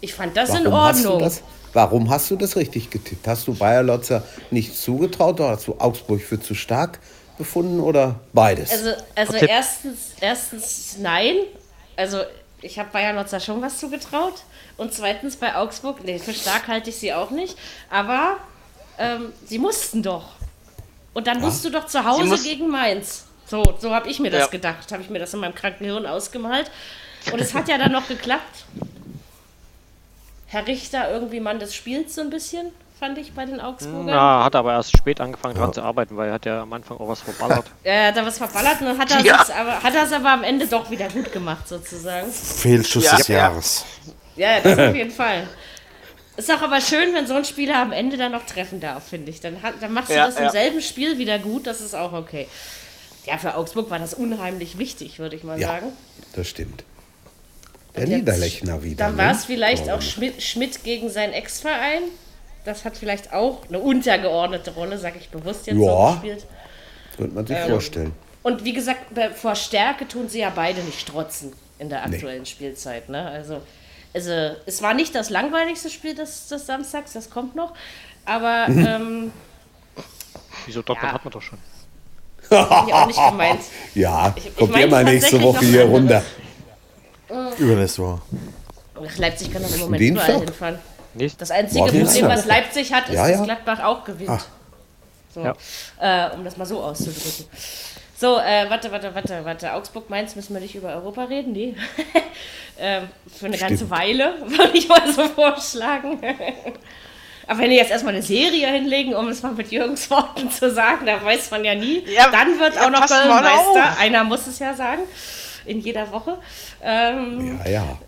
B: Ich fand das in
D: Hast
B: Ordnung.
D: du das, warum hast du das richtig getippt? Hast du Bayer Lotzer nicht zugetraut oder hast du Augsburg für zu stark befunden oder beides?
B: Also, also
F: Okay.
B: erstens, erstens nein. Also ich habe Bayern Lotzer schon was zugetraut. Und zweitens bei Augsburg, nee, für stark halte ich sie auch nicht. Aber ähm, sie mussten doch. Und dann musst du doch zu
E: Sie
B: Hause
E: muss-
B: gegen Mainz. So, so habe ich mir das
E: Ja.
B: gedacht. Habe ich mir das in meinem kranken Hirn ausgemalt. Und es hat ja dann noch geklappt. Herr Richter, irgendwie Mann des Spiels so ein bisschen, fand ich bei den Augsburgern.
F: Na, hat aber erst spät angefangen dran zu arbeiten, weil er hat ja am Anfang auch was verballert.
B: Er Äh, hat da was verballert und dann hat er
E: Ja.
B: es aber, hat er's aber am Ende doch wieder gut gemacht, sozusagen.
C: Fehlschuss
E: Ja.
C: des Jahres.
B: Ja, das auf jeden Fall. Ist doch aber schön, wenn so ein Spieler am Ende dann noch treffen darf, finde ich. Dann, hat, dann machst du
E: Ja,
B: das
E: ja.
B: im selben Spiel wieder gut, das ist auch okay. Ja, für Augsburg war das unheimlich wichtig, würde ich mal
D: Ja,
B: sagen.
D: das stimmt. Der
B: Jetzt-
D: Niederlechner wieder.
B: Dann
D: ne?
B: war es vielleicht auch Schmidt, Schmidt gegen seinen Ex-Verein. Das hat vielleicht auch eine untergeordnete Rolle, sag ich bewusst jetzt so
D: Ja.
B: gespielt.
D: Könnte man sich vorstellen.
B: Und wie gesagt, bei- vor Stärke tun sie ja beide nicht strotzen in der aktuellen Spielzeit. Ne? Also, also, es war nicht das langweiligste Spiel des, des Samstags, das kommt noch. Aber ähm,
F: Wieso doch,
B: Ja.
F: dann hat man doch schon.
B: hab ich auch nicht gemeint.
D: Ja,
B: ich
D: kommt
B: meine
D: ihr mal nächste
B: tatsächlich
D: Woche
B: noch
D: hier
B: anderes.
D: runter.
C: Übernächste Woche.
B: Ach, Leipzig kann doch im
D: ein
B: Moment überall
D: Dienstag?
B: hinfahren.
F: Nicht?
B: Das einzige
D: Morgen
B: Problem,
D: Dienstag.
B: was Leipzig hat, ist,
D: Ja, ja. Ah.
B: dass Gladbach auch gewinnt. So, äh, um das mal so auszudrücken. So, äh, warte, warte, warte, warte. Augsburg, Mainz müssen wir nicht über Europa reden? Nee. ähm, für eine ganze Weile, würde ich mal so vorschlagen. Aber wenn die jetzt erstmal eine Serie hinlegen, um es mal mit Jürgens Worten zu sagen, da weiß man ja nie.
E: Ja,
B: Dann wird
E: ja,
B: auch noch
E: pass mal
B: Meister.
E: auf.
B: Einer muss es ja sagen. In jeder Woche. Ähm,
D: Ja, ja.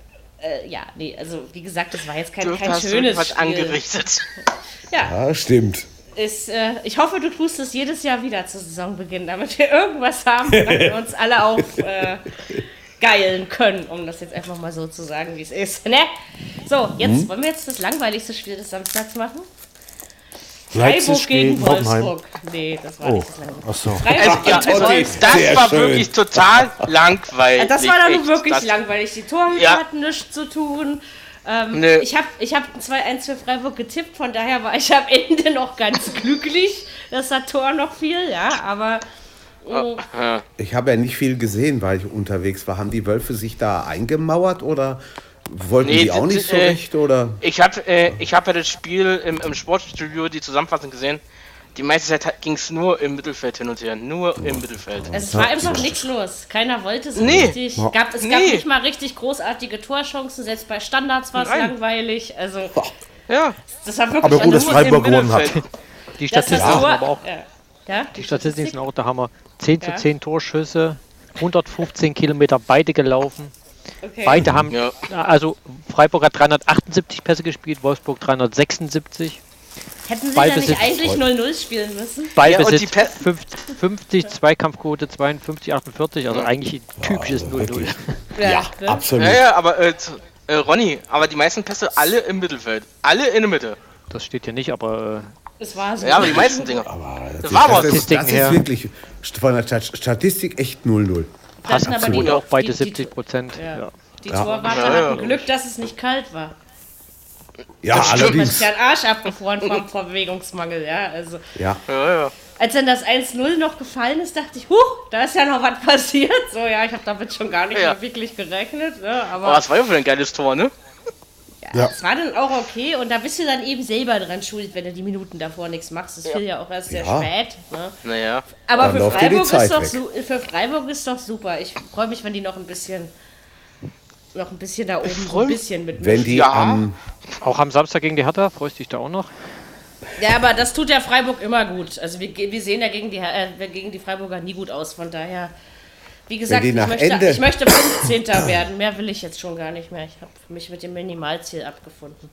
B: äh, ja, nee, also wie gesagt, das war jetzt kein,
E: Du
B: kein
E: hast
B: schönes
E: irgendwas
B: Spiel. Also,
E: angerichtet.
B: Ja,
D: Ja, stimmt.
B: ist, äh, ich hoffe, du tust es jedes Jahr wieder zu Saisonbeginn, damit wir irgendwas haben, woran wir uns alle auf äh, geilen können, um das jetzt einfach mal so zu sagen, wie es ist. Ne? So, jetzt
C: Mhm.
B: wollen wir jetzt das langweiligste Spiel des Samstags machen.
C: Leipzig gegen Hoffenheim.
B: Wolfsburg. Nee, das war
C: Oh,
B: nicht das langweiligste.
C: achso.
B: Freiburg
E: ja,
B: gegen
E: also,
B: Wolfsburg.
E: das
D: Sehr
E: war
D: schön.
E: wirklich total langweilig.
B: Das war dann
E: echt.
B: nun wirklich
E: Das-
B: langweilig. Die Torhüter
E: Ja.
B: hatten nichts zu tun. Ähm,
E: Nö.
B: Ich habe ich hab 2-1 für Freiburg getippt, von daher war ich am Ende noch ganz glücklich, dass das Tor noch fiel, ja, aber mm, mh,
E: Ah.
D: Ich habe ja nicht viel gesehen, weil ich unterwegs war. Haben die Wölfe sich da eingemauert oder wollten
E: Nee,
D: die auch
E: das-
D: nicht so
E: äh,
D: recht? Oder?
E: Ich habe äh, ich hab ja das Spiel im, im Sportstudio, die Zusammenfassung gesehen. Die meiste Zeit ging es nur im Mittelfeld hin und her. Nur im Mittelfeld.
B: es war einfach nichts los. Keiner wollte so
E: Nee.
B: richtig. Gab, es gab
E: Nee.
B: nicht mal richtig großartige Torchancen, selbst bei Standards war es
E: Nein.
B: langweilig. Also,
E: Ja.
B: das war wirklich
C: Aber gut,
B: nur
C: dass Freiburg
E: im
C: gewonnen hat.
E: Mittelfeld.
F: Die
B: dass das
F: Statistiken sind
B: Tor-
F: aber auch.
B: ja. Ja,
F: Die Statistiken sind auch der Hammer. 10 zu 10 Torschüsse, 115 Kilometer beide gelaufen.
B: okay.
F: Beide haben,
E: Ja.
F: also Freiburg hat 378 Pässe gespielt, Wolfsburg 376.
B: Hätten sie da
F: Beide
B: nicht
F: sind-
B: eigentlich 0-0 spielen müssen?
E: und die
F: Ballbesitz
E: Pä-
F: 50, 50, Zweikampfquote 52, 48. Also eigentlich ein typisches 0-0.
B: Ja, ne?
D: Absolut.
E: Ja, ja, aber äh, z- äh, Ronny, aber die meisten Pässe alle im Mittelfeld. Alle in der Mitte.
F: Das steht hier nicht, aber
B: Es war so.
E: Ja, aber die meisten Dinger.
D: Ah, Das,
E: war aber
D: das, ist,
F: Statistiken
D: das ist
F: her.
D: wirklich von der Stat- Statistik echt 0-0.
F: äh, passen
B: aber die-
F: absolut auch beide
B: die- die-
F: 70 Prozent.
B: Ja.
F: Ja.
B: Die Torwarte
E: Ja, ja.
B: hatten Glück, dass es nicht kalt war.
D: Ja,
E: stimmt.
B: Man ist
D: allerdings.
B: ja ein Arsch abgefroren vom Verwegungsmangel, ja. Also,
D: Ja,
E: Ja, ja.
B: als dann das 1-0 noch gefallen ist, dachte ich, huch, da ist ja noch was passiert. So, ja, ich habe damit schon gar nicht
E: Ja.
B: mehr wirklich gerechnet, ne?
E: Aber
B: aber
E: es war ja wohl ein geiles Tor, ne?
B: Ja,
C: Ja.
B: Das war dann auch okay und da bist du dann eben selber dran schuld, wenn du die Minuten davor nichts machst. Das fiel ja auch erst sehr
D: Ja.
B: spät. Ne?
E: Naja.
B: Aber
D: Dann
B: für
D: läuft dir die
B: Freiburg, ist
D: Zeit
B: doch
D: weg.
B: su- für Freiburg ist doch super. Ich freue mich, wenn die noch ein bisschen noch ein bisschen da oben so
E: freu
B: ein
E: mich-
B: bisschen mit
D: Wenn die
E: Ja.
D: am
F: Auch am Samstag gegen die Hertha, freust dich da auch noch?
B: Ja, aber das tut ja Freiburg immer gut. Also wir, ge- wir sehen ja gegen die, äh, wir gegen die Freiburger nie gut aus. Von daher, wie gesagt,
D: die
B: ich
D: nach
B: möchte,
D: Ende-
B: ich möchte 15. werden. Mehr will ich jetzt schon gar nicht mehr. Ich habe mich mit dem Minimalziel abgefunden.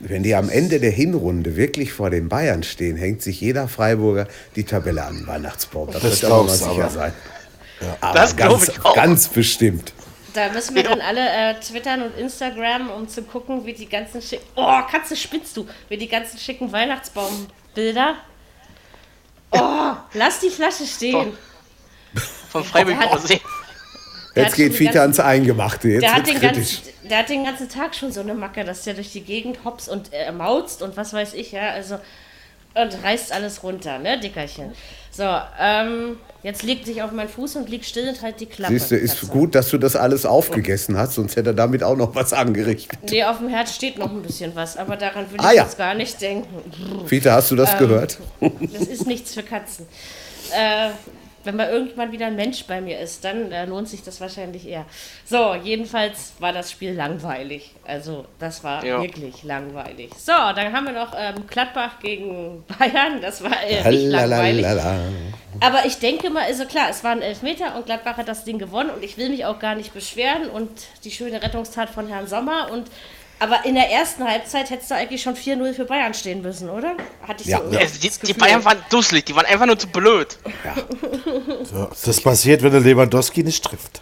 D: Wenn die am Ende der Hinrunde wirklich vor den Bayern stehen, hängt sich jeder Freiburger die Tabelle an den Weihnachtsbaum. Das,
C: Das
D: wird aber mal
C: glaubst du
D: sicher
C: aber.
D: sein. Aber
E: Das glaub
D: ganz,
E: ich auch.
D: Ganz bestimmt.
B: Da müssen wir dann alle äh, twittern und Instagram, um zu gucken, wie die ganzen schicken. Oh, Katze, spinnst du? Wie die ganzen schicken Weihnachtsbaumbilder. Oh, lass die Flasche stehen.
E: Von Freiburg
B: Der hat-
E: aus sehen.
B: Der
D: Jetzt
B: hat schon
D: geht
B: die
D: Fiete
B: ganzen-
D: ans Eingemachte. Jetzt
B: Der
D: wird
B: hat, den
D: kritisch.
B: ganzen, der hat den ganzen Tag schon so eine Macke, dass der durch die Gegend hops und äh, mauzt und was weiß ich, ja, also und reißt alles runter, ne, Dickerchen. So, ähm, jetzt legt sich auf meinen Fuß und liegt still und halt die Klappe.
D: Siehst du, ist
B: Katze.
D: gut, dass du das alles aufgegessen hast, sonst hätte er damit auch noch was angerichtet.
B: Nee, auf dem Herz steht noch ein bisschen was, aber daran will
D: Ah,
B: ich
D: ja.
B: jetzt gar nicht denken.
D: Fiete, hast du
B: Ähm,
D: das gehört?
B: Das ist nichts für Katzen. Äh, wenn mal irgendwann wieder ein Mensch bei mir ist, dann äh, lohnt sich das wahrscheinlich eher. So, jedenfalls war das Spiel langweilig. Also, das war
E: Ja.
B: wirklich langweilig. So, dann haben wir noch ähm, Gladbach gegen Bayern. Das war äh, nicht langweilig.
D: Lalalala.
B: Aber ich denke mal, also klar, es waren Elfmeter und Gladbach hat das Ding gewonnen und ich will mich auch gar nicht beschweren und die schöne Rettungstat von Herrn Sommer und aber in der ersten Halbzeit hättest du eigentlich schon 4-0 für Bayern stehen müssen, oder? Hatte ich
D: Ja.
B: so
D: Ja.
E: Also die,
B: das
E: die
B: Gefühl.
E: Bayern waren dusselig, die waren einfach nur zu blöd.
C: Ja, Das passiert, wenn der Lewandowski nicht trifft.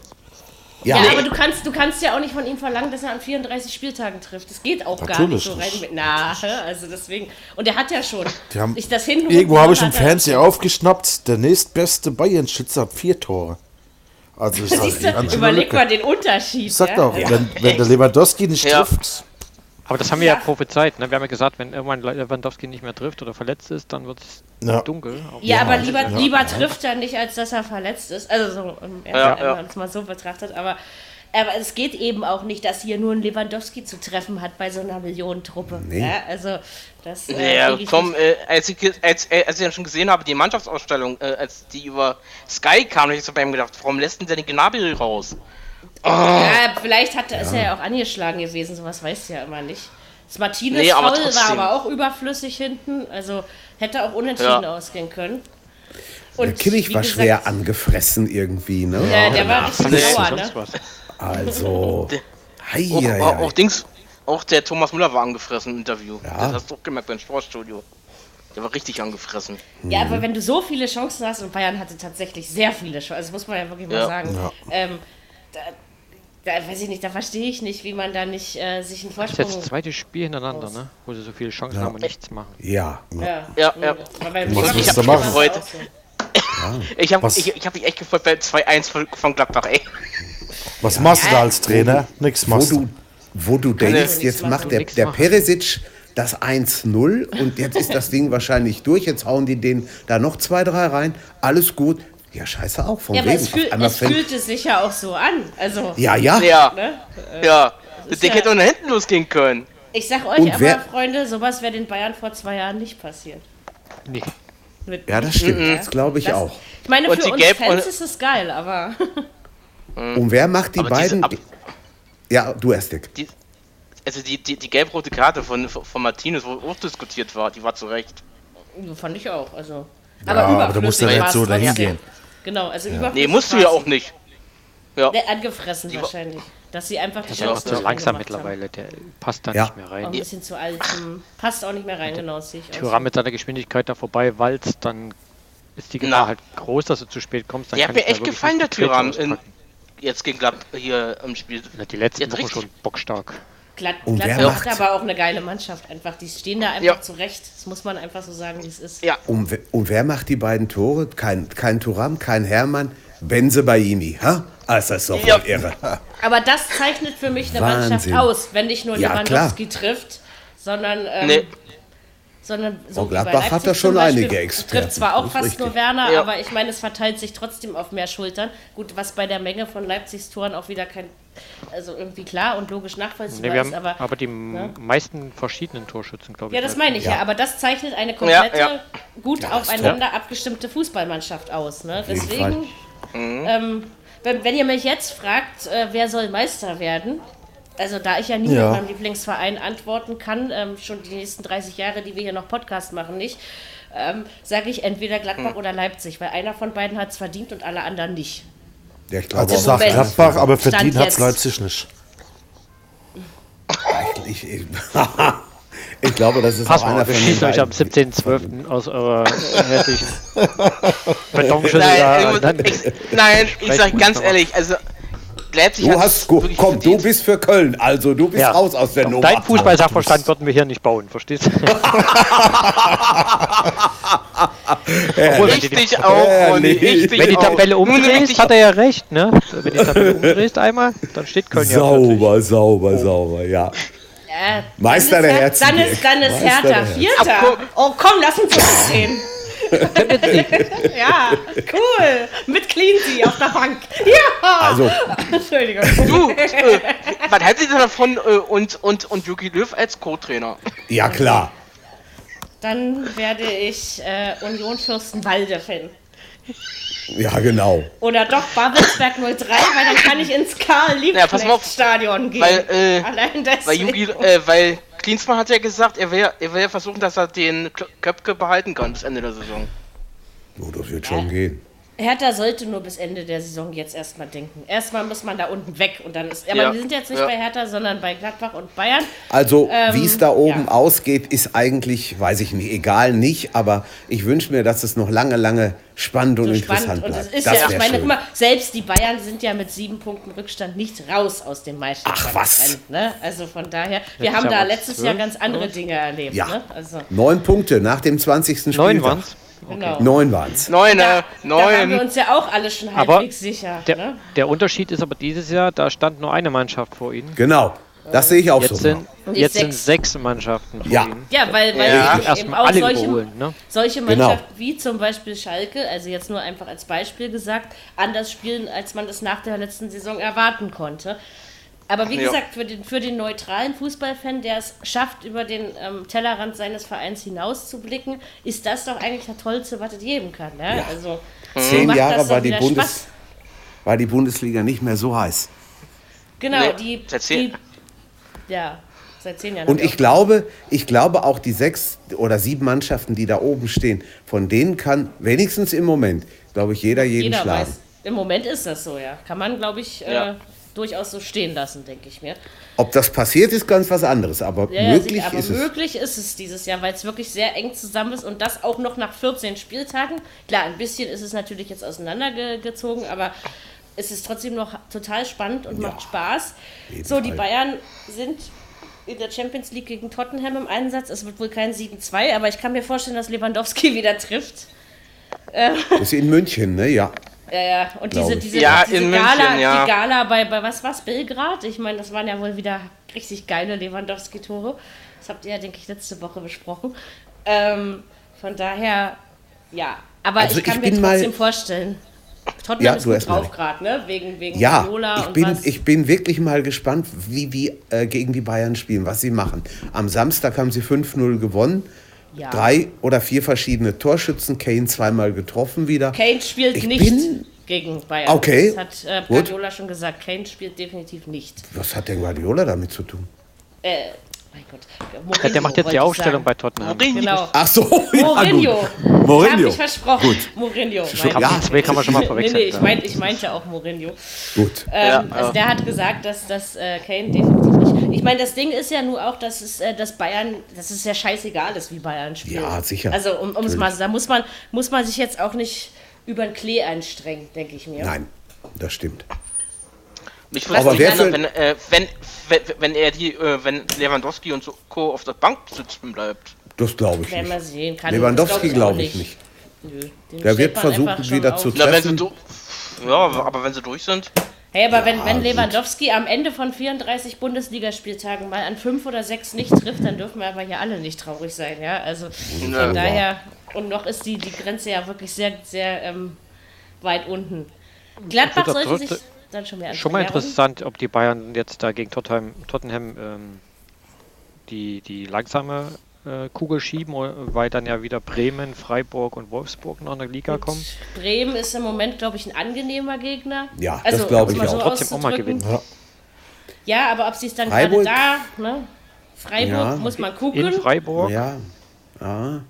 B: Ja,
D: Ja,
B: aber du kannst, du kannst ja auch nicht von ihm verlangen, dass er an 34 Spieltagen trifft. Das geht auch gar nicht
C: Natürlich
B: so rein
C: nicht.
B: mit. Na, hä? also deswegen. Und er hat ja schon.
C: Die haben-
B: ich das hinten
C: Irgendwo habe ich im
B: hat er-
C: Fernsehen aufgeschnappt, der nächstbeste Bayern-Schütze hat vier Tore. Also ich
B: Siehst du,
C: sage,
B: überleg mal den Unterschied.
C: Sag
B: ja?
C: doch, wenn, wenn der Lewandowski nicht
E: Ja.
C: trifft,
F: Aber das haben wir ja, prophezeit. Ne? Wir haben ja gesagt, wenn irgendwann Lewandowski nicht mehr trifft oder verletzt ist, dann wird es
C: Ja.
F: dunkel. Auch
B: Ja,
F: wenn
B: aber
F: man-
B: lieber, lieber trifft er nicht, als dass er verletzt ist. Also so, im Ernst,
E: Ja,
B: wenn
E: ja.
B: man es mal so betrachtet. Aber, aber es geht eben auch nicht, dass hier nur ein Lewandowski zu treffen hat bei so einer Millionentruppe. Ja, also das äh,
E: Ja,
B: krieg ich
E: komm,
B: nicht.
E: äh, als, ich, ge- als, äh, als ich dann schon gesehen habe, die Mannschaftsausstellung, äh, als die über Sky kam, habe ich so bei ihm gedacht, warum lässt denn der den Gnabry raus?
B: ja, Äh, vielleicht hat, ist er ja auch angeschlagen gewesen, sowas weißt du ja immer nicht. Das Martinez
E: Nee,
B: faul
E: aber
B: war
E: trotzdem.
B: aber auch überflüssig hinten, also hätte auch unentschieden
E: Ja.
B: ausgehen können.
D: der Kimmich
B: wie
D: war
B: gesagt,
D: schwer angefressen irgendwie, ne?
B: Äh, der war richtig
E: Nee.
B: sauer, ne?
F: Sonst was.
D: Also. Hei,
C: Oh,
E: Auch,
D: hei,
E: auch,
D: hei.
E: auch Dings, auch der Thomas Müller war angefressen im Interview. Das hast du auch gemerkt beim Sportstudio. Der war richtig angefressen.
B: Ja, aber wenn du so viele Chancen hast und Bayern hatte tatsächlich sehr viele Chancen, also muss man ja wirklich mal
E: Ja.
B: sagen. Ähm, da, da weiß ich nicht, da verstehe ich nicht, wie man da nicht äh, sich einen
F: Das ist
B: Vorsprung.
F: jetzt das zweite Spiel hintereinander, ne? wo sie so viele Chancen haben und nichts machen.
D: Ja,
B: Ja,
E: Ja, ja.
B: Aber beim
C: Was
B: Dortmund
C: willst du
B: ist
C: machen?
B: das auch so.
E: Ich habe
C: Was?
E: ich, ich hab mich echt gefreut bei 2-1 von- von Gladbach, ey.
C: was machst du da als Trainer? Nix
D: wo
C: machst
D: du,
C: du.
D: wo du denkst,
B: nichts
D: jetzt
B: machen,
D: macht der,
F: nichts
D: der
F: machen.
D: Peresic das 1-0 und jetzt ist das Ding wahrscheinlich durch. Jetzt hauen die den da noch zwei, drei rein. Alles gut. Ja, scheiße auch. Vom
B: Ja, aber
D: Leben.
B: es, fühl, es fühlte sich ja auch so an. Also,
D: ja, ja,
E: Ja,
B: ne?
E: ja. Der Ding
B: ja-
E: hätte auch nach hinten losgehen können.
B: Ich sag euch
D: Und
B: aber,
D: wer-
B: Freunde, sowas wäre den Bayern vor zwei Jahren nicht passiert.
F: Nee.
B: Mit-
D: Ja, das stimmt. Das glaube ich
B: Das-
D: auch.
B: Ich meine,
E: Und
B: für
E: die
B: uns
E: Gelb-
B: Fans
E: und-
B: ist es geil, aber
D: Und wer macht die
E: Aber diese
D: beiden?
E: Ab-
D: ja, du erst, Dick.
E: die, also die, die, die gelb-rote Karte von, von Martinez, wo auch diskutiert war, die war zu Recht.
B: fand ich auch. Also,
C: Ja, aber du
B: überflüssig
C: musst ja nicht
B: war's
C: so dahin
B: trotzdem.
C: gehen.
B: Genau, also überflüssig.
E: Nee, musst du ja
B: war's.
E: auch nicht. Ja.
B: Ne, angefressen
E: wa-
B: wahrscheinlich. Dass sie einfach die
F: Der ist auch
E: Ja,
F: zu
E: ja.
B: Chancen
F: langsam
B: gemacht
F: mittlerweile, der passt da
D: Ja.
F: nicht mehr
B: Haben. Auch ein
F: rein.
B: bisschen zu alt. hm. Passt auch nicht mehr rein, genau, das sehe ich auch.
F: Thuram mit seiner Geschwindigkeit da vorbei walzt, dann ist die Gefahr
E: Na.
F: halt groß, dass du zu spät kommst. Dann
E: Der hat
F: kann
E: mir
F: ich da
E: echt
F: wirklich
E: gefallen, der
F: nicht die Grätsche
E: Thuram. In,
F: auspacken.
E: jetzt gegen Glapp hier im Spiel.
F: Na, die letzten
E: Jetzt
F: Wochen
E: richtig.
F: schon bockstark.
B: Glatt,
D: Und wer
B: Gladbach hat
D: macht's?
B: aber auch eine geile Mannschaft einfach. Die stehen da einfach
E: Ja.
B: zurecht. Das muss man einfach so sagen, wie es ist.
E: Ja.
D: Und, we- und wer macht die beiden Tore? Kein, kein Turam, kein Hermann. Benze Baimi, ha? Ah, ist das doch
E: Ja.
D: voll irre.
B: Aber das zeichnet für mich eine
D: Wahnsinn.
B: Mannschaft aus, wenn nicht nur
D: Ja,
B: Lewandowski trifft, sondern ähm,
E: Nee.
B: sondern so
D: Oh,
B: wie
D: Gladbach
B: bei Leipzig
D: hat da schon
B: zum Beispiel,
D: einige Experten,
B: Trifft zwar auch
D: das ist
B: fast
D: richtig.
B: nur Werner,
E: Ja.
B: aber ich meine, es verteilt sich trotzdem auf mehr Schultern. Gut, was bei der Menge von Leipzigs Toren auch wieder kein, also irgendwie klar und logisch nachvollziehbar
F: Nee, wir haben
B: ist,
F: aber,
B: aber,
F: die m- meisten verschiedenen Torschützen, glaube ich.
B: ja, das meine ich ja.
D: Ja.
B: aber das zeichnet eine komplette,
E: Ja, ja.
B: gut aufeinander abgestimmte Fußballmannschaft aus. Ne?
D: jeden
B: Deswegen,
E: Mhm.
B: ähm, wenn, wenn ihr mich jetzt fragt, äh, wer soll Meister werden, also da ich ja nie
C: Ja.
B: mit meinem Lieblingsverein antworten kann, ähm, schon die nächsten 30 Jahre, die wir hier noch Podcast machen, nicht, ähm, sage ich entweder
E: Hm.
B: Gladbach oder Leipzig, weil einer von beiden hat es verdient und alle anderen nicht.
D: Ja, ich glaube
C: Also
D: auch.
C: ich sag
B: Moment.
C: Gladbach, aber
B: Stand
C: verdient hat
B: jetzt.
C: Leipzig nicht.
D: Ich, ich, ich glaube, das ist
F: Pass
D: auch
F: mal,
D: einer
F: auf,
D: von
F: wir
D: den
F: schießen euch am
D: beiden.
F: 17.12. aus eurer hässlichen Betonschüssel
E: Nein,
F: Also da.
E: ich,
F: Dann,
E: muss- ich, nein, ich sag ganz ehrlich, also Leipzig
D: Du
E: hat's
D: hast, gu-
E: wirklich
D: komm, du
E: verdient.
D: bist für Köln, also du bist
F: ja.
D: raus aus der Nummer.
F: Dein Fußballsachverstand würden wir hier nicht bauen, verstehst du? Obwohl, wenn, die,
E: Richtig auch, Ronny,
D: Herrlich.
E: richtig
F: wenn die
E: auch.
F: Tabelle
E: Nur nämlich
F: umdrehst,
E: dich-
F: hat er ja recht, ne? Wenn die Tabelle umdrehst einmal, dann steht Köln ja Oh. plötzlich.
D: Sauber, sauber, sauber, ja.
B: Äh,
D: Meister
B: dann ist
D: der
B: Her-
D: Herzen,
B: Dann
D: Dirk.
B: ist, dann ist
D: Meister der
B: Hertha
D: Herzen.
E: Ach,
B: Vierter. Oh komm, lass uns das sehen. ja, cool. Mit Cleansy auf der Bank. Ja.
D: Also-
B: Entschuldigung.
E: Du, äh, was haltet ihr davon äh, und, und, und Jogi Löw als Co-Trainer?
D: Ja, klar.
B: Dann werde ich äh, Union Fürstenwalde finden.
D: Ja, genau.
B: Oder doch Babelsberg 03, weil dann kann ich ins karl
E: Ja, pass mal auf,
B: liebknecht stadion gehen.
E: weil, äh,
B: Allein
E: Weil,
B: deswegen.
E: Jogi, äh, weil Klinsmann hat ja gesagt, er will, er will ja versuchen, dass er den Kl- Köpke behalten kann bis Ende der Saison.
D: Oh, das wird schon gehen.
B: Hertha sollte nur bis Ende der Saison jetzt erstmal denken. Erstmal muss man da unten weg und dann ist. Aber
E: Ja,
B: wir sind jetzt nicht
E: ja.
B: bei Hertha, sondern bei Gladbach und Bayern.
D: Also,
B: Ähm,
D: wie es da oben
B: ja.
D: ausgeht, ist eigentlich, weiß ich nicht, egal nicht, aber ich wünsche mir, dass es noch lange, lange spannend und
B: So
D: interessant
B: spannend. Und es
D: bleibt.
B: ist ja, ich
D: wär
B: meine,
D: schön.
B: guck mal, selbst die Bayern sind ja mit sieben Punkten Rückstand nicht raus aus dem Meisterschaftsrennen.
D: Ach, was?
B: Ne? Also von daher, wir
F: Jetzt
B: haben
F: ja
B: da
F: was, Äh,
B: letztes
F: zwölf,
B: Jahr ganz andere Dinge erlebt.
D: Ja.
B: Ne? Also,
D: Neun Punkte nach dem 20.
F: Neun
D: Spieltag.
F: waren's.
B: genau.
D: Neun waren's.
E: Neun, äh,
B: Da waren wir
E: neun.
B: uns ja auch alle schon
F: Aber
B: halbwegs sicher.
F: Der,
B: ne?
F: der Unterschied ist aber dieses Jahr, da stand nur eine Mannschaft vor ihnen.
D: Genau. Das sehe ich auch
F: Jetzt
D: so. genau.
F: sind,
B: Und
F: jetzt
B: sechs.
F: sind sechs Mannschaften vor
D: Ja.
F: ihnen.
B: Ja, weil, weil
E: Ja.
B: sich eben
F: Erstmal
B: auch
F: alle
B: solche,
F: überholen, ne?
B: solche
D: Genau.
B: Mannschaften wie zum Beispiel Schalke, also jetzt nur einfach als Beispiel gesagt, anders spielen, als man das nach der letzten Saison erwarten konnte. Aber wie
E: Ja.
B: gesagt, für den, für den neutralen Fußballfan, der es schafft, über den ähm, Tellerrand seines Vereins hinauszublicken, ist das doch eigentlich das Tollste, was es geben kann. Ne? Also, so
D: Mhm. Zehn
B: macht
D: Jahre
B: das doch
D: war die
B: wieder
D: Bundes-
B: Spaß.
D: War die Bundesliga nicht mehr so heiß.
B: Genau,
E: Nee,
B: die,
E: seit
B: die.
E: zehn.
B: Ja, seit zehn Jahren.
D: Und
B: haben wir
D: ich glaube, ich glaube auch die sechs oder sieben Mannschaften, die da oben stehen, von denen kann wenigstens im Moment, glaube ich, jeder jeden
B: Jeder
D: schlagen.
B: weiß. Im Moment ist das so, ja. Kann man, glaube ich,
E: Ja.
B: äh, durchaus so stehen lassen, denke ich mir.
D: Ob das passiert, ist ganz was anderes, aber
B: Ja, ja,
D: möglich
B: sie- aber
D: ist es.
B: möglich ist es dieses Jahr, weil es wirklich sehr eng zusammen ist und das auch noch nach 14 Spieltagen. Klar, ein bisschen ist es natürlich jetzt auseinandergezogen, aber es ist trotzdem noch total spannend und macht Spaß.
D: jeden
B: So, die
D: Fall.
B: Bayern sind in der Champions League gegen Tottenham im Einsatz. Es wird wohl kein 7-2, aber ich kann mir vorstellen, dass Lewandowski wieder trifft.
D: Das ist in München, ne? Ja.
B: Ja, ja. Und
D: Glaub
B: diese,
D: ich.
B: diese,
E: Ja,
B: diese
E: in
B: Gala,
E: München, ja.
B: die Gala bei, bei was war's, Belgrad? Ich meine, das waren ja wohl wieder richtig geile Lewandowski-Tore. Das habt ihr ja, denke ich, letzte Woche besprochen. Ähm, von daher, ja. Aber
D: Also
B: ich kann
D: ich
B: mir
D: bin mal-
B: trotzdem vorstellen. Tottenham
D: Ja,
B: ist
D: du
B: gut
D: erst mal.
B: drauf gerade, ne? Wegen, wegen
D: Ja,
B: Viola
D: ich
B: und
D: bin,
B: was.
D: ich bin wirklich mal gespannt, wie die äh, gegen die Bayern spielen, was sie machen. Am Samstag haben sie 5-0 gewonnen.
B: Ja.
D: Drei oder vier verschiedene Torschützen, Kane zweimal getroffen wieder.
B: Kane spielt
D: ich
B: nicht
D: bin-
B: gegen Bayern.
D: Okay,
B: Das hat äh,
D: gut.
B: Guardiola schon gesagt. Kane spielt definitiv nicht.
D: Was hat der Guardiola damit zu tun?
B: Äh, mein Gott.
F: Ja, der macht jetzt die Aufstellung bei
B: bei
F: Tottenham.
B: Genau.
D: Ach so,
B: Mourinho.
A: Mourinho.
B: Hab ich versprochen. Mourinho.
D: Schon-
B: mein-
D: Ja.
F: Die zwei kann man schon mal
B: Nee,
F: verwechseln.
B: nee, ich, mein, ich meinte auch Mourinho.
D: gut.
B: Ähm,
E: Ja,
B: also
E: ja.
B: der hat gesagt, dass, dass äh, Kane definitiv nicht. Ich meine, das Ding ist ja nur auch, dass es äh, dass Bayern, dass es ja scheißegal ist, wie Bayern spielt.
D: Ja, sicher.
B: Also um, ums
D: Natürlich.
B: mal, da muss man, muss man sich jetzt auch nicht über den Klee anstrengen, denke ich mir.
D: Nein, das stimmt.
E: Mich würde
D: Aber
E: nicht
D: wer
E: wundern,
D: für-
E: wenn, äh, wenn, wenn, wenn er die, äh, wenn Lewandowski und so Co. auf der Bank sitzen bleibt.
D: Das glaube ich
B: Wenn man
D: nicht.
B: sehen kann.
D: Lewandowski
B: das
D: glaube
B: auch
D: ich nicht.
B: Nö, den
D: Der
B: stellt
D: wird
B: man
D: versuchen,
B: einfach schon
D: wieder
B: auf.
D: zu
E: Na, wenn
D: treffen.
E: sie du ja, aber wenn sie durch sind,
B: Hey, aber wenn, wenn Lewandowski am Ende von 34 Bundesligaspieltagen mal an fünf oder sechs nicht trifft, dann dürfen wir aber hier alle nicht traurig sein, ja. Also von
E: Ja.
B: daher, und noch ist die, die Grenze ja wirklich sehr, sehr ähm, weit unten. Gladbach
F: Dritter-
B: sollte sich
F: dritte-
B: dann schon mehr
F: Schon mal
B: anfangen. Ja,
F: interessant, ob die Bayern jetzt da gegen Tottenham, Tottenham ähm, die, die langsame äh, Kugel schieben, oder- weil dann ja wieder Bremen, Freiburg und Wolfsburg noch in der Liga kommen.
B: und Bremen ist im Moment, glaube ich, ein angenehmer Gegner.
D: Ja, das glaube
B: um
D: ich
B: es mal
D: auch.
F: Trotzdem auch mal
B: auszudrücken.
F: gewinnen.
B: Ja, aber ob sie es dann gerade
D: Freiburg?
B: da, ne? Freiburg
D: Ja.
B: muss man
F: In
B: gucken.
F: Freiburg,
D: Ja, ja.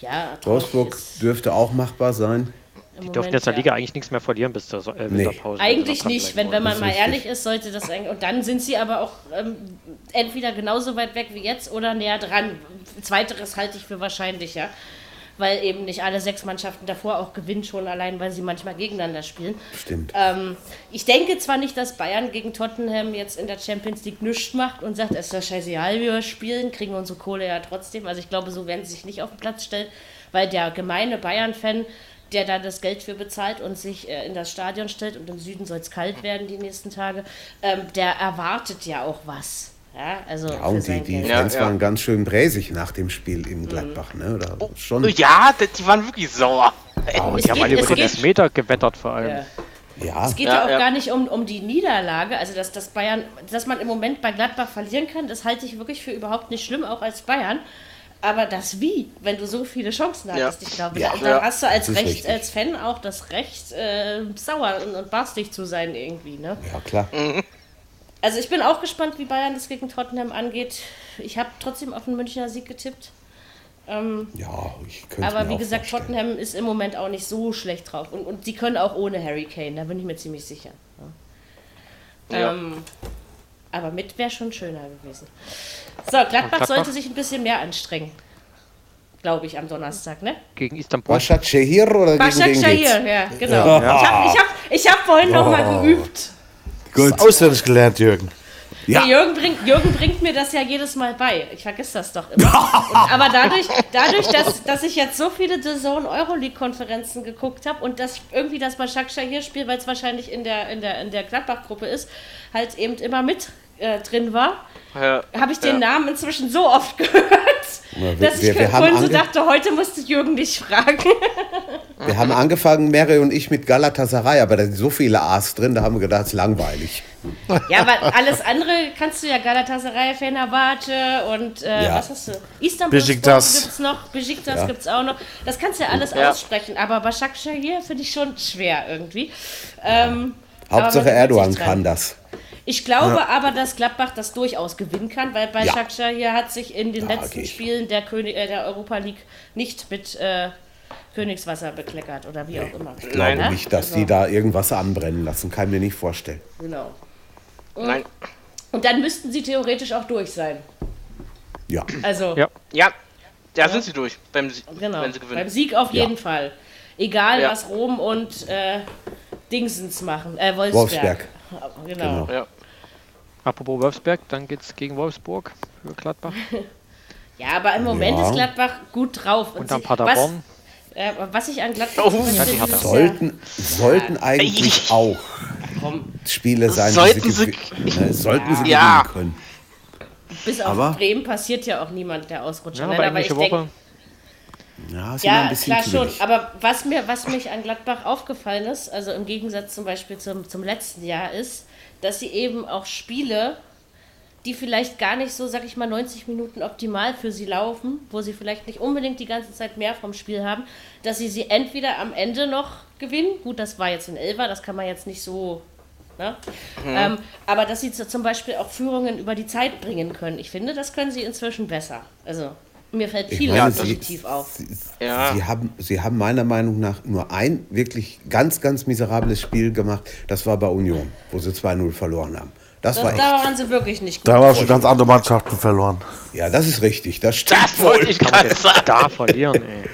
B: Ja,
D: Wolfsburg dürfte auch machbar sein.
F: die dürfen jetzt in der Liga eigentlich nichts mehr verlieren bis zur so äh,
D: Nee.
F: Winterpause. wenn sie
B: Eigentlich
F: noch
B: nicht, wenn,
F: dranbleiben
B: wenn man
D: ist
B: mal
D: richtig.
B: ehrlich ist, sollte das eigentlich. Und dann sind sie aber auch ähm, entweder genauso weit weg wie jetzt oder näher dran. Zweiteres halte ich für wahrscheinlicher, weil eben nicht alle sechs Mannschaften davor auch gewinnen, schon allein, weil sie manchmal gegeneinander spielen.
D: Stimmt.
B: Ähm, ich denke zwar nicht, dass Bayern gegen Tottenham jetzt in der Champions League nichts macht und sagt, es ist doch scheißegal, wie wir spielen, kriegen wir unsere Kohle ja trotzdem. Also ich glaube, so werden sie sich nicht auf den Platz stellen, weil der gemeine Bayern-Fan, der da das Geld für bezahlt und sich äh, in das Stadion stellt und im Süden soll es kalt werden die nächsten Tage, ähm, der erwartet ja auch was. Ja, also
D: Ja,
B: für
D: und die,
B: sein
D: die
B: Geld. Mhm.
E: Ja,
D: Fans
E: ja.
D: waren ganz schön bräsig nach dem Spiel in Gladbach, ne? Oder schon.
E: Ja, die die waren wirklich sauer.
F: Oh,
B: Es
F: die haben
B: geht-
F: alle
B: es
F: über den
B: geht-
F: Elfmeter gewettert vor allem.
B: Ja.
D: Ja,
B: Es geht
E: Ja,
B: ja, auch
E: ja.
B: gar nicht um, um die Niederlage, also dass, dass Bayern, dass man im Moment bei Gladbach verlieren kann, das halte ich wirklich für überhaupt nicht schlimm, auch als Bayern. Aber das wie, wenn du so viele Chancen
E: Ja.
B: hattest, ich glaube,
D: Ja.
B: da,
E: Ja.
B: da hast du als
D: Das ist
B: Recht,
D: richtig.
B: als Fan auch das Recht, äh, sauer und, und barstig zu sein irgendwie, ne?
D: ja, klar.
B: Also ich bin auch gespannt, wie Bayern das gegen Tottenham angeht. Ich habe trotzdem auf den Münchner Sieg getippt.
D: Ja, ich könnte
B: Aber
D: mir
B: wie
D: auch
B: gesagt,
D: vorstellen.
B: Tottenham ist im Moment auch nicht so schlecht drauf. Und, und sie können auch ohne Harry Kane, da bin ich mir ziemlich sicher. Ja.
E: Ja.
B: Ähm, aber mit wäre schon schöner gewesen. So, Gladbach,
F: Gladbach?
B: sollte sich ein bisschen mehr anstrengen. Glaube ich am Donnerstag, ne?
F: Gegen Istanbul.
D: Başak Şehir oder
B: Başak
D: gegen wen geht's?
B: Shahir, ja, genau. Ich habe ich hab, ich hab vorhin noch mal geübt.
C: Gut. Auswendig gelernt, Jürgen.
D: Ja.
B: Nee, Jürgen, bringt, Jürgen bringt mir das ja jedes Mal bei. Ich vergesse das doch immer. Und, aber dadurch, dadurch dass, dass ich jetzt so viele The Zone Euroleague-Konferenzen geguckt habe und das irgendwie das Başakşehir hier spiel weil es wahrscheinlich in der, in der, in der Gladbach-Gruppe ist, halt eben immer mit äh, drin war,
E: Ja,
B: habe ich den
E: ja.
B: Namen inzwischen so oft gehört,
D: wir-
B: dass ich
D: wir- wir haben
B: vorhin so
D: ange-
B: dachte, heute musste Jürgen nicht fragen.
D: Wir haben angefangen, Mary und ich, mit Galatasaray, aber da sind so viele A's drin, da haben wir gedacht, es ist langweilig.
B: Ja, aber alles andere kannst du ja Galatasaray, Fenerbahce und äh,
D: Ja.
B: was hast du? Istanbul
C: Besiktas.
B: Spor gibt's noch, Besiktas
D: Ja.
B: gibt's auch noch. Das kannst du ja alles
E: Ja.
B: aussprechen, aber Başak hier finde ich schon schwer irgendwie. Ähm,
D: Hauptsache
B: aber man gewöhnt
D: Erdogan
B: sich dran.
D: kann das.
B: Ich glaube aber, dass Gladbach das durchaus gewinnen kann, weil bei
D: Ja.
B: Shakhtar hier hat sich in den
D: Da
B: letzten
D: gehe ich.
B: Spielen der, König, äh, der Europa League nicht mit äh, Königswasser bekleckert oder wie auch immer. Also,
D: Ich glaube
E: Nein. ne?
D: nicht, dass die da irgendwas anbrennen lassen. Kann mir nicht vorstellen.
B: Genau.
E: Nein.
B: Und dann müssten sie theoretisch auch durch sein.
D: Ja,
B: Also.
F: Ja.
E: Ja, da sind sie durch, beim Sie
B: Genau.
E: wenn sie gewinnen.
B: Beim Sieg auf jeden Fall. Egal,
E: Ja.
B: was Rom und äh, Dingsens machen. Äh, Wolfsberg.
D: Wolfsberg.
B: Genau.
E: ja.
F: Apropos Wolfsberg, dann geht's gegen Wolfsburg für Gladbach
B: Ja, aber im Moment
D: Ja.
B: ist Gladbach gut drauf.
F: und dann
B: sie-
F: Paderborn.
B: Was, äh, was ich an Gladbach.
E: Oh,
F: ja, die hat er.
B: ist äh,
D: sollten, sollten eigentlich auch
E: Komm.
D: Spiele sein,
E: Sollten
D: die
E: sie-
D: gewi- ne, sollten sie
E: Ja.
D: gewinnen können.
B: Bis auf
D: Aber-
B: Bremen passiert ja auch niemand, der ausrutscht.
F: Ja,
B: Nein,
F: aber
B: aber ich
F: englische
B: denk-
F: Woche.
D: Ja, ist immer
B: Ja,
D: ein bisschen
B: klar
D: zu
B: schon.
D: wenig.
B: Aber was mir, was mich an Gladbach aufgefallen ist, also im Gegensatz zum Beispiel zum, zum letzten Jahr, ist, dass sie eben auch Spiele, die vielleicht gar nicht so, sag ich mal, 90 Minuten optimal für sie laufen, wo sie vielleicht nicht unbedingt die ganze Zeit mehr vom Spiel haben, dass sie sie entweder am Ende noch gewinnen. Gut, das war jetzt ein Elfer, das kann man jetzt nicht so Ne?
D: Mhm.
B: Ähm, aber dass sie zu, zum Beispiel auch Führungen über die Zeit bringen können. Ich finde, das können sie inzwischen besser. Also mir fällt
D: Ich
B: viel
D: meine, sie-
B: positiv auf.
D: Sie,
E: Ja.
D: sie, haben, sie haben meiner Meinung nach nur ein wirklich ganz, ganz miserables Spiel gemacht. Das war bei Union, wo sie 2-0 verloren haben. Das,
B: Das,
D: war echt.
B: da waren sie wirklich nicht gut.
C: Da haben wir schon ganz andere Mannschaften verloren.
D: Ja, das ist richtig. Das stimmt
E: Das
D: wohl.
E: wollte ich gerade sagen.
F: Da verlieren, ey.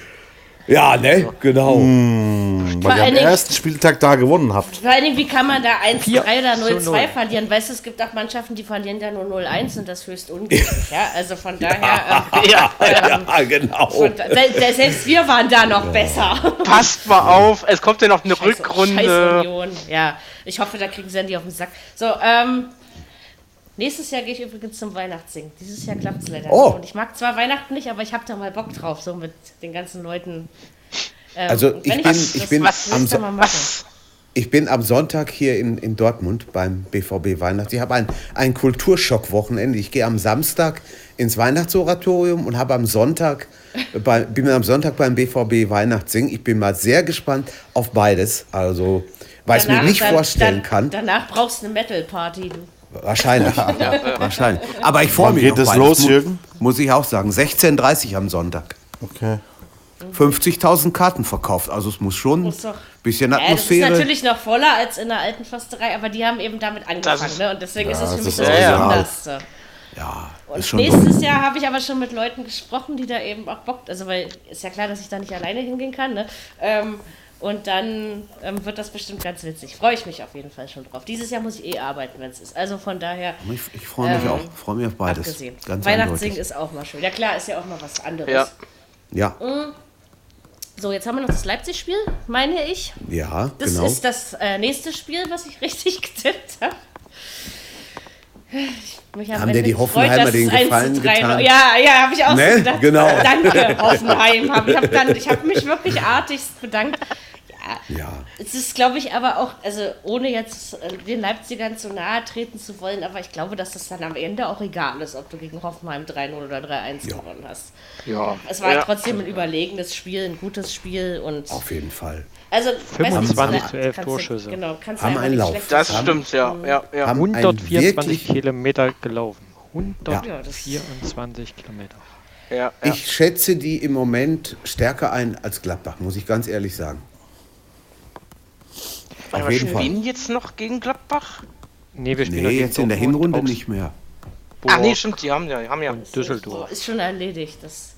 D: Ja, ne? Genau.
C: Hm, weil ihr am
B: allen Dingen-
C: ersten Spieltag da gewonnen habt.
B: Vor allen Dingen, wie kann man da 1-3
F: Vier
B: oder 0-2
F: zu null.
B: verlieren? Weißt du, es gibt auch Mannschaften, die verlieren ja nur 0-1 und das höchst unglücklich. Ja, also von daher, ähm,
D: Ja, ja, genau.
B: von, da- se- selbst wir waren da noch besser. Also
E: Passt mal auf, es kommt ja noch eine
B: Scheiß
E: Rückrunde.
B: Union. Ja, ich hoffe, da kriegen sie die auf den Sack. So, ähm, nächstes Jahr gehe ich übrigens zum Weihnachtssingen. Dieses Jahr klappt es leider
D: Oh.
B: nicht. Und ich mag zwar Weihnachten nicht, aber ich habe da mal Bock drauf, so mit den ganzen Leuten. Ähm,
D: Also,
B: und
D: ich
B: wenn
D: bin-
B: das-
D: ich bin
B: das
D: am
B: nächste
D: Sa-
B: Mal machen.
E: Was?
D: Ich bin am Sonntag hier in, in Dortmund beim BVB Weihnachts. Ich habe ein, ein Kulturschock-Wochenende. Ich gehe am Samstag ins Weihnachtsoratorium und habe am Sonntag bei, bin dann am Sonntag beim BVB Weihnachtssingen. Ich bin mal sehr gespannt auf beides. Also, weil ich es mir nicht
B: dann-
D: vorstellen
B: dann,
D: kann.
B: Danach brauchst du eine Metal-Party, du.
D: Wahrscheinlich. wahrscheinlich. Aber ich freue
C: Wann
D: mich.
C: geht
D: auf
C: es
D: beides,
C: los,
D: mu-
C: Jürgen?
D: Muss ich auch sagen. 16.30 Uhr am Sonntag.
C: Okay.
D: 50.000 Karten verkauft. Also es muss schon ein
B: Muss doch.
D: bisschen
B: Ja, das ist
D: Atmosphäre.
B: natürlich noch voller als in der alten Försterei, aber die haben eben damit angefangen.
E: ist-
B: Ne? Und deswegen ist es für
C: das
B: mich
C: ist
B: das
C: original.
B: Besonderste.
D: ja,
B: Und
D: ist schon
B: nächstes Jahr habe ich aber schon mit Leuten gesprochen, die da eben auch Bock, also weil ist ja klar, dass ich da nicht alleine hingehen kann. Ne? Ähm, und dann ähm, wird das bestimmt ganz witzig. Freue ich mich auf jeden Fall schon drauf. Dieses Jahr muss ich eh arbeiten, wenn es ist. Also von daher,
D: so. Ich, ich freue mich
B: Ähm,
D: auch. Freue mich auf beides.
B: abgesehen.
D: Ganz
B: Weihnachtssingen
D: eindeutig.
B: ist auch mal schön. Ja klar, ist ja auch mal was anderes.
E: Ja.
D: Ja,
B: So, jetzt haben wir noch das Leipzig-Spiel, meine ich.
D: ja,
B: Das
D: genau.
B: ist das äh, nächste Spiel, was ich richtig getippt habe. Mich am
D: Haben
B: Ende
D: dir die
B: gefreut,
D: Hoffenheimer
B: dass
D: den
B: es 1 zu
D: Gefallen
B: 3
D: getan?
B: noch- Ja, ja, habe ich auch
D: Ne?
B: so gedacht.
D: Genau.
B: Danke, Hoffenheim. Hab, ich habe hab mich wirklich artigst bedankt.
D: Ja.
B: Es ist, glaube ich, aber auch, also ohne jetzt äh, den Leipzigern zu nahe treten zu wollen, aber ich glaube, dass das dann am Ende auch egal ist, ob du gegen Hoffenheim 3-0 oder 3-1 gewonnen hast.
E: Ja.
B: Es war
E: ja.
B: trotzdem ein überlegenes Spiel, ein gutes Spiel und
D: Auf jeden Fall.
B: also
F: 25
B: weißt du,
F: zu 11
B: kannst du-
F: Torschüsse.
B: Genau, kannst
D: Haben
B: du einfach
D: einen
B: nicht
D: Lauf.
B: schlecht
E: Das
D: Haben-
E: stimmt, ja. ja, ja.
D: Haben ein
F: 124
D: wirklich,
F: Kilometer gelaufen.
B: Ja, das-
F: 124 Kilometer.
E: ja, ja.
D: ich schätze die im Moment stärker ein als Gladbach, muss ich ganz ehrlich sagen.
E: Warte
D: auf
E: mal,
D: jeden
E: spielen
D: Fall.
E: jetzt noch gegen Gladbach?
F: Nee, wir spielen doch
D: Nee,
F: gegen
D: jetzt in der
F: Dortmund,
D: Hinrunde
F: Augsburg,
D: nicht mehr.
E: Ach Ah, nee, stimmt, die haben ja, die haben ja.
F: Düsseldorf.
B: Ist schon erledigt. Das,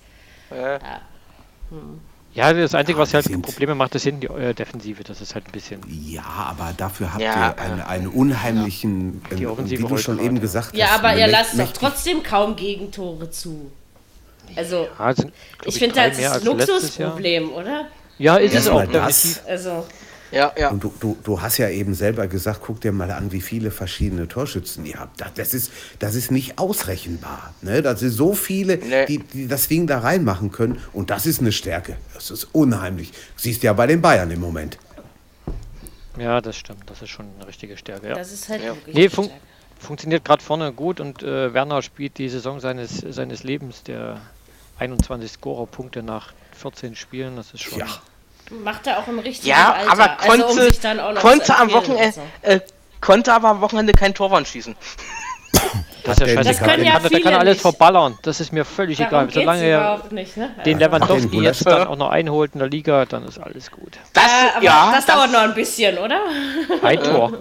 F: Ja, das Einzige, was halt
D: Ah, sind-
F: Probleme macht, ist hinten die äh, Defensive. Das ist halt ein bisschen.
D: Ja, aber dafür habt
E: Ja,
D: ihr
B: äh,
D: einen, einen unheimlichen, ähm,
F: offensive
D: wie du schon
F: Rollkarte.
D: eben gesagt
B: ja,
D: hast.
B: aber ihr
D: mächt-
B: lasst doch
D: mächtig-
B: trotzdem kaum Gegentore zu. Also,
F: Ja, sind, glaub
B: ich finde,
F: drei
B: das
F: mehr
B: ist ein
F: als letztes Jahr.
B: Luxusproblem, oder?
F: Ja, ist es auch.
D: Erstmal das.
F: definitiv.
B: Also,
E: Ja, ja.
D: Und du, du, du hast ja eben selber gesagt, guck dir mal an, wie viele verschiedene Torschützen ihr habt. Das, das, ist, das ist nicht ausrechenbar. Ne? Das sind so viele,
E: Nee.
D: die, die das Ding da reinmachen können. Und das ist eine Stärke. Das ist unheimlich. Siehst ja bei den Bayern im Moment.
F: Ja, das stimmt. Das ist schon eine richtige Stärke. Ja.
B: das ist halt wirklich.
F: Nee,
B: nicht
F: fun
B: stark.
F: funktioniert gerade vorne gut und äh, Werner spielt die Saison seines, seines Lebens, der 21 Scorerpunkte nach 14 Spielen, das ist schon.
D: Ja.
B: Macht er auch im richtigen
E: Ja,
B: Alter.
E: aber konnte,
B: also, um sich dann auch noch zu
E: konnte am
B: empfehlen und
E: Wochenende,
B: so.
E: äh, konnte aber am Wochenende kein Torwand schießen.
F: Das ist ja scheiße.
D: Das
B: können ja
F: der kann, der kann
B: viele
F: alles
B: nicht.
F: verballern. Das ist mir völlig
B: Darum
F: egal.
B: geht es
F: Solange er
B: überhaupt nicht, ne?
F: den
D: Ach,
F: Lewandowski
D: den
F: jetzt
D: Gulasch.
F: dann auch noch einholt in der Liga, dann ist alles gut.
E: Das,
B: Äh, aber
E: ja,
B: das, dauert noch ein bisschen, oder?
F: Ein Tor.
D: Äh,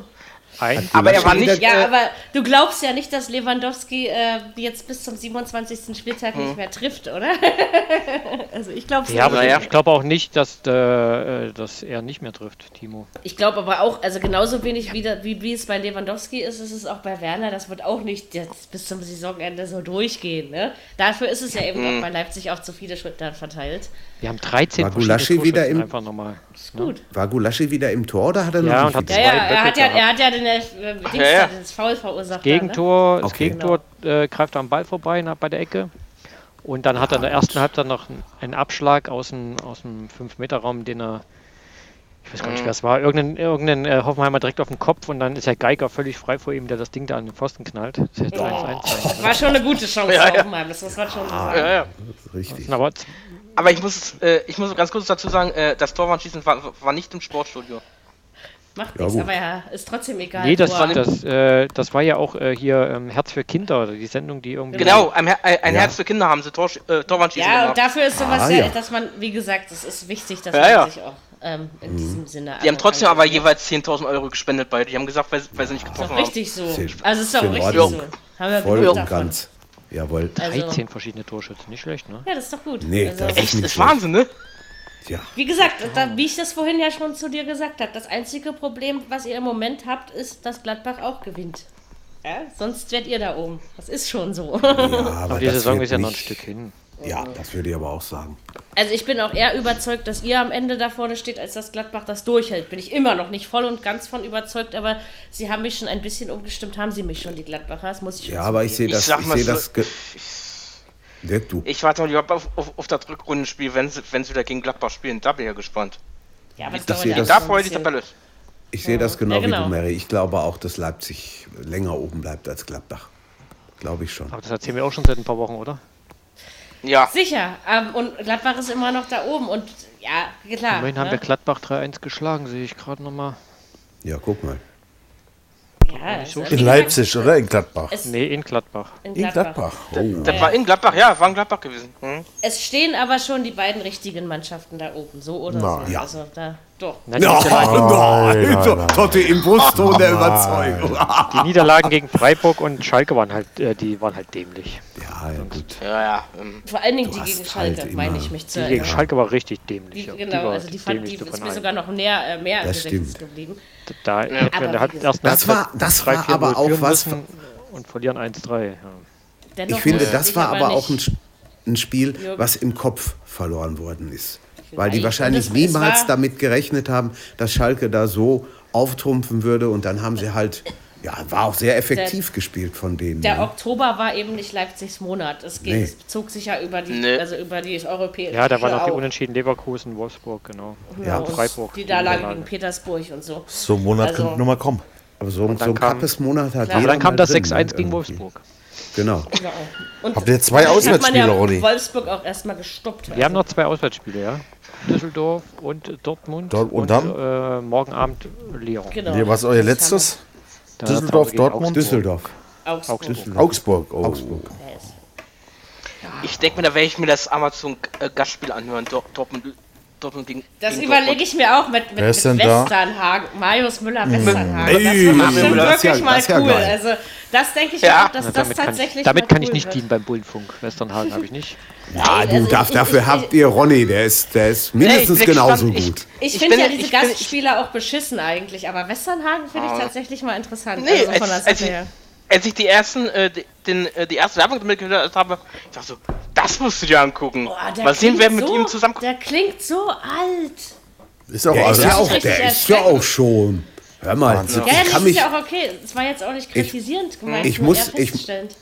F: Ein
E: aber er war nicht,
B: Ja,
E: äh,
B: aber du glaubst ja nicht, dass Lewandowski äh, jetzt bis zum 27. Spieltag
E: Hm.
B: nicht mehr trifft, oder? also ich glaube
F: Ja, aber
E: Naja.
F: ich glaube auch nicht, dass, der, äh, dass er nicht mehr trifft, Timo.
B: Ich glaube aber auch, also genauso wenig wie, da- wie, wie es bei Lewandowski ist, ist es auch bei Werner. Das wird auch nicht jetzt bis zum Saisonende so durchgehen. Ne? Dafür ist es ja eben
E: Hm.
B: auch bei Leipzig auf zu viele Schultern verteilt.
F: Wir haben 13
D: War
F: verschiedene
D: Gulaschi wieder
F: Torschützen
D: im-
F: einfach nochmal.
B: Gut.
D: War Gulaschi wieder im Tor oder hat er
F: Ja,
D: noch
F: und hat
B: Ja,
D: nicht wieder?
B: ja,
F: Zwei
B: er hat ja,
F: Böcke
B: er hat ja den äh, Dings
E: ja, ja.
B: da, den Foul verursacht. da, Ne?
F: Gegentor, das
D: Okay.
F: Gegentor äh, greift am Ball vorbei na, bei der Ecke. Und dann hat er in der ersten Halbzeit noch einen- einen Abschlag aus dem, aus dem 5-Meter-Raum, den er, ich weiß gar
D: Mhm.
F: nicht, wer es war, irgendein, irgendein äh, Hoffenheimer direkt auf den Kopf und dann ist der Geiger völlig frei vor ihm, der das Ding da an den Pfosten knallt. Das hätte 1-1 sein können.
B: War schon eine gute Chance
E: Ja,
B: ja,
E: ja.
B: Hoffenheim, das muss man schon so
F: Ah,
E: ja,
B: sagen.
E: ja.
D: Richtig.
F: Aber
E: Aber ich muss, äh, ich muss ganz kurz dazu sagen, äh, das Torwandschießen war, war nicht im Sportstudio.
B: Macht
D: Ja,
B: nichts,
D: gut.
B: aber ja, ist trotzdem egal.
F: nee, das,
B: Boah.
F: das, äh, das war ja auch äh, hier ähm, Herz für Kinder, die Sendung, die irgendwie.
E: Genau, ein, Her- ein Herz für Kinder haben sie Tor, äh, Torwandschießen
B: ja, und
E: gemacht.
B: dafür ist sowas,
D: Ah,
B: ja,
D: ja.
B: dass man, wie gesagt, es ist wichtig, dass
E: Ja,
B: man
E: ja.
B: sich auch ähm,
D: Mhm.
B: in diesem Sinne.
E: die haben trotzdem aber
B: engagiert.
E: jeweils 10.000 Euro gespendet beide. Die haben gesagt, weil, sie- weil sie nicht
B: Ist
E: getroffen
B: doch
E: haben.
B: richtig so.
D: Sind-
B: Also ist doch
D: sind in
B: richtig
D: Ordnung.
B: so. Haben wir
D: Voll
B: genug
D: und
B: davon.
D: ganz. Jawohl.
B: Also,
F: 13 verschiedene Torschützen, nicht schlecht, ne?
B: ja, das ist doch gut.
D: Nee,
B: also,
D: das
E: Echt,
D: Nicht
E: ist
D: schlecht.
E: Wahnsinn, ne?
D: Tja.
B: Wie gesagt, da, wie ich das vorhin ja schon zu dir gesagt habe, das einzige Problem, was ihr im Moment habt, ist, dass Gladbach auch gewinnt. Ja? Sonst werdet ihr da oben. Das ist schon so.
D: Ja, aber
F: Aber die
D: das
F: Saison
D: wird
F: ist ja noch ein
D: nicht-
F: Stück hin.
D: Ja, das würde ich aber auch sagen.
B: Also ich bin auch eher überzeugt, dass ihr am Ende da vorne steht, als dass Gladbach das durchhält. Bin ich immer noch nicht voll und ganz von überzeugt, aber sie haben mich schon ein bisschen umgestimmt, haben sie mich schon, die Gladbacher. Das muss ich schon
D: Ja, aber ich
B: zugeben.
D: sehe das,
E: sag
D: ich
E: mal
D: sehe
E: so,
D: das. ge- Dirk, du.
E: Ich warte lieber auf, auf, auf das Rückrundenspiel, wenn sie, wenn sie wieder gegen Gladbach spielen. Da bin ich ja gespannt.
B: ja, aber das
D: dass
B: dauert
D: ihr
B: ja alles
D: das-
E: Da
B: noch
E: freut
B: ein
E: sich
B: bisschen.
E: Tabelle.
D: Ich sehe das genau,
B: Ja, genau.
D: wie du, Mary. Ich glaube auch, dass Leipzig länger oben bleibt als Gladbach. Glaube ich schon.
F: Aber das erzählen wir auch schon seit ein paar Wochen, oder?
E: Ja,
B: Sicher, ähm, und Gladbach ist immer noch da oben und ja, klar.
F: Immerhin haben
B: ne?
F: wir Gladbach 3-1 geschlagen, sehe ich gerade nochmal.
D: Ja, guck mal.
B: ja,
F: nicht
B: also,
F: so
C: In
B: wie gesagt,
C: Leipzig oder in Gladbach?
B: Es,
F: Nee, in Gladbach.
B: in
C: In
B: Gladbach.
C: Gladbach. Oh.
E: das war in Gladbach, ja, war in Gladbach gewesen. Hm.
B: Es stehen aber schon die beiden richtigen Mannschaften da oben, so oder
C: Na,
B: so.
D: ja.
B: Also da, doch.
F: Nein, die, Niederlagen,
C: nein, nein,
D: So,
C: nein.
D: Totti im Brustton der Überzeugung.
F: die Niederlagen gegen Freiburg und Schalke waren halt, äh, die waren halt dämlich.
D: Ja, ja, gut.
E: Ja, ja. Ähm,
B: Vor allen Dingen die
D: hast
B: gegen Schalke,
D: halt
B: meine
D: immer
B: ich mich zu
F: Die gegen
B: erinnern.
F: Schalke war richtig
B: Die,
F: dämlich. ja.
B: genau,
F: war
B: also die fand die
F: dämlichste
B: ist
F: von
B: mir
F: allen.
B: sogar noch näher, äh, mehr im
D: Das
B: Gedächtnis
D: stimmt.
B: geblieben.
F: Da hätten wir in der
B: Aber wie
F: Halb-
B: gesagt-
F: ersten
D: Das
F: Halbzeit
D: war- das
F: 3-4
D: war aber auch
F: führen
D: was-
F: müssen Und verlieren 1-3. Ja.
B: Dennoch
D: Ich finde,
B: muss
D: das
B: ich
D: war aber auch ein,
B: nicht-
D: Sch- ein Spiel,
B: Jürgen.
D: was im Kopf verloren worden ist. Weil die
B: Vielleicht.
D: wahrscheinlich
B: Und es- es
D: niemals
B: war-
D: damit gerechnet haben, dass Schalke da so auftrumpfen würde. Und dann haben sie halt, ja, war auch sehr effektiv gespielt von denen.
B: Der
D: ne?
B: Oktober war eben nicht Leipzigs Monat. Es, ging,
D: Nee.
B: es bezog sich ja über die,
E: Nee.
B: also über die europäische.
F: ja, da waren auch die
B: auch.
F: Unentschieden Leverkusen, Wolfsburg, genau.
D: Ja,
B: Und
F: Freiburg,
B: Die
F: die
B: da lagen
F: Niederlage.
B: gegen Petersburg und so.
C: So ein Monat
B: Also-
C: könnte noch mal kommen.
D: Aber so, so ein
F: kam-
D: kappes Monat hat
F: Aber
D: jeder
F: dann kam
D: mal
F: das
D: drin,
F: 6-1
D: ne,
F: gegen
D: irgendwie.
F: Wolfsburg.
D: Genau.
B: Ja. Und
C: Habt ihr zwei
B: das hat man
C: Auswärtsspiele,
B: ja
C: Ronny?
B: Wolfsburg auch erstmal gestoppt.
F: Wir haben noch zwei Auswärtsspiele, ja. Düsseldorf und Dortmund.
C: Dort- und dann?
F: äh, morgen Abend Lyon.
B: Genau.
C: Hier, was ist euer letztes?
F: Danach haben
C: Düsseldorf,
F: wir gegen
C: Dortmund?
D: Düsseldorf.
B: Augsburg.
D: Düsseldorf.
C: Augsburg. Oh. Augsburg.
E: Ich denke mir, da werde ich mir das Amazon-Gastspiel anhören. Dor- Dortmund, Dortmund gegen.
B: Das
E: gegen
B: überlege ich mir auch mit, mit,
C: Wer ist
B: mit
C: denn da?
B: Westernhagen. Marius Müller, Westernhagen.
D: Mhm. Ey,
B: Das wird bestimmt
D: das ist ja-
B: wirklich mal
D: das ist ja
B: cool.
D: geil.
B: Also, das denke ich
E: Ja.
B: auch, dass
F: Na,
B: das
F: Also damit kann
B: tatsächlich.
F: ich, damit
B: mal
F: kann ich
B: cool
F: nicht
B: wird.
F: dienen beim Bullenfunk. Westernhagen habe ich nicht.
D: Ja, du,
B: also ich-
D: darf,
B: ich-
D: dafür
B: ich-
D: habt ihr Ronny, der ist, der ist mindestens
E: bin
D: genauso
E: gespannt. Ich-
D: gut.
B: Ich,
E: Ich
B: finde
E: bin-
B: ja diese
E: ich bin-
B: Gastspieler auch beschissen eigentlich, aber Westernhagen finde ich tatsächlich mal interessant.
E: Nee,
B: also von der
E: als, als,
B: Sache
E: ich,
B: her.
E: als ich die ersten, äh, die- den, äh, die erste Werbung damit gehört habe, ich dachte so, das musst du dir angucken.
B: Boah, der
E: Mal sehen, wer
B: klingt
E: mit
B: so,
E: ihm zusammenkommt.
B: Der klingt so alt.
C: Ist auch
D: Der ist
C: alles.
D: ja
B: ist
D: auch,
B: richtig
D: der ist ja
B: erschreckend.
D: auch schon. Hör mal,
C: Wahnsinn.
B: Ja, ja,
D: ich,
B: das
D: kann
B: ist
D: mich,
B: ja auch okay. Es war jetzt auch nicht kritisierend gemeint,
D: ich
B: nur
D: muss-
B: eher
D: ich-
B: feststellend.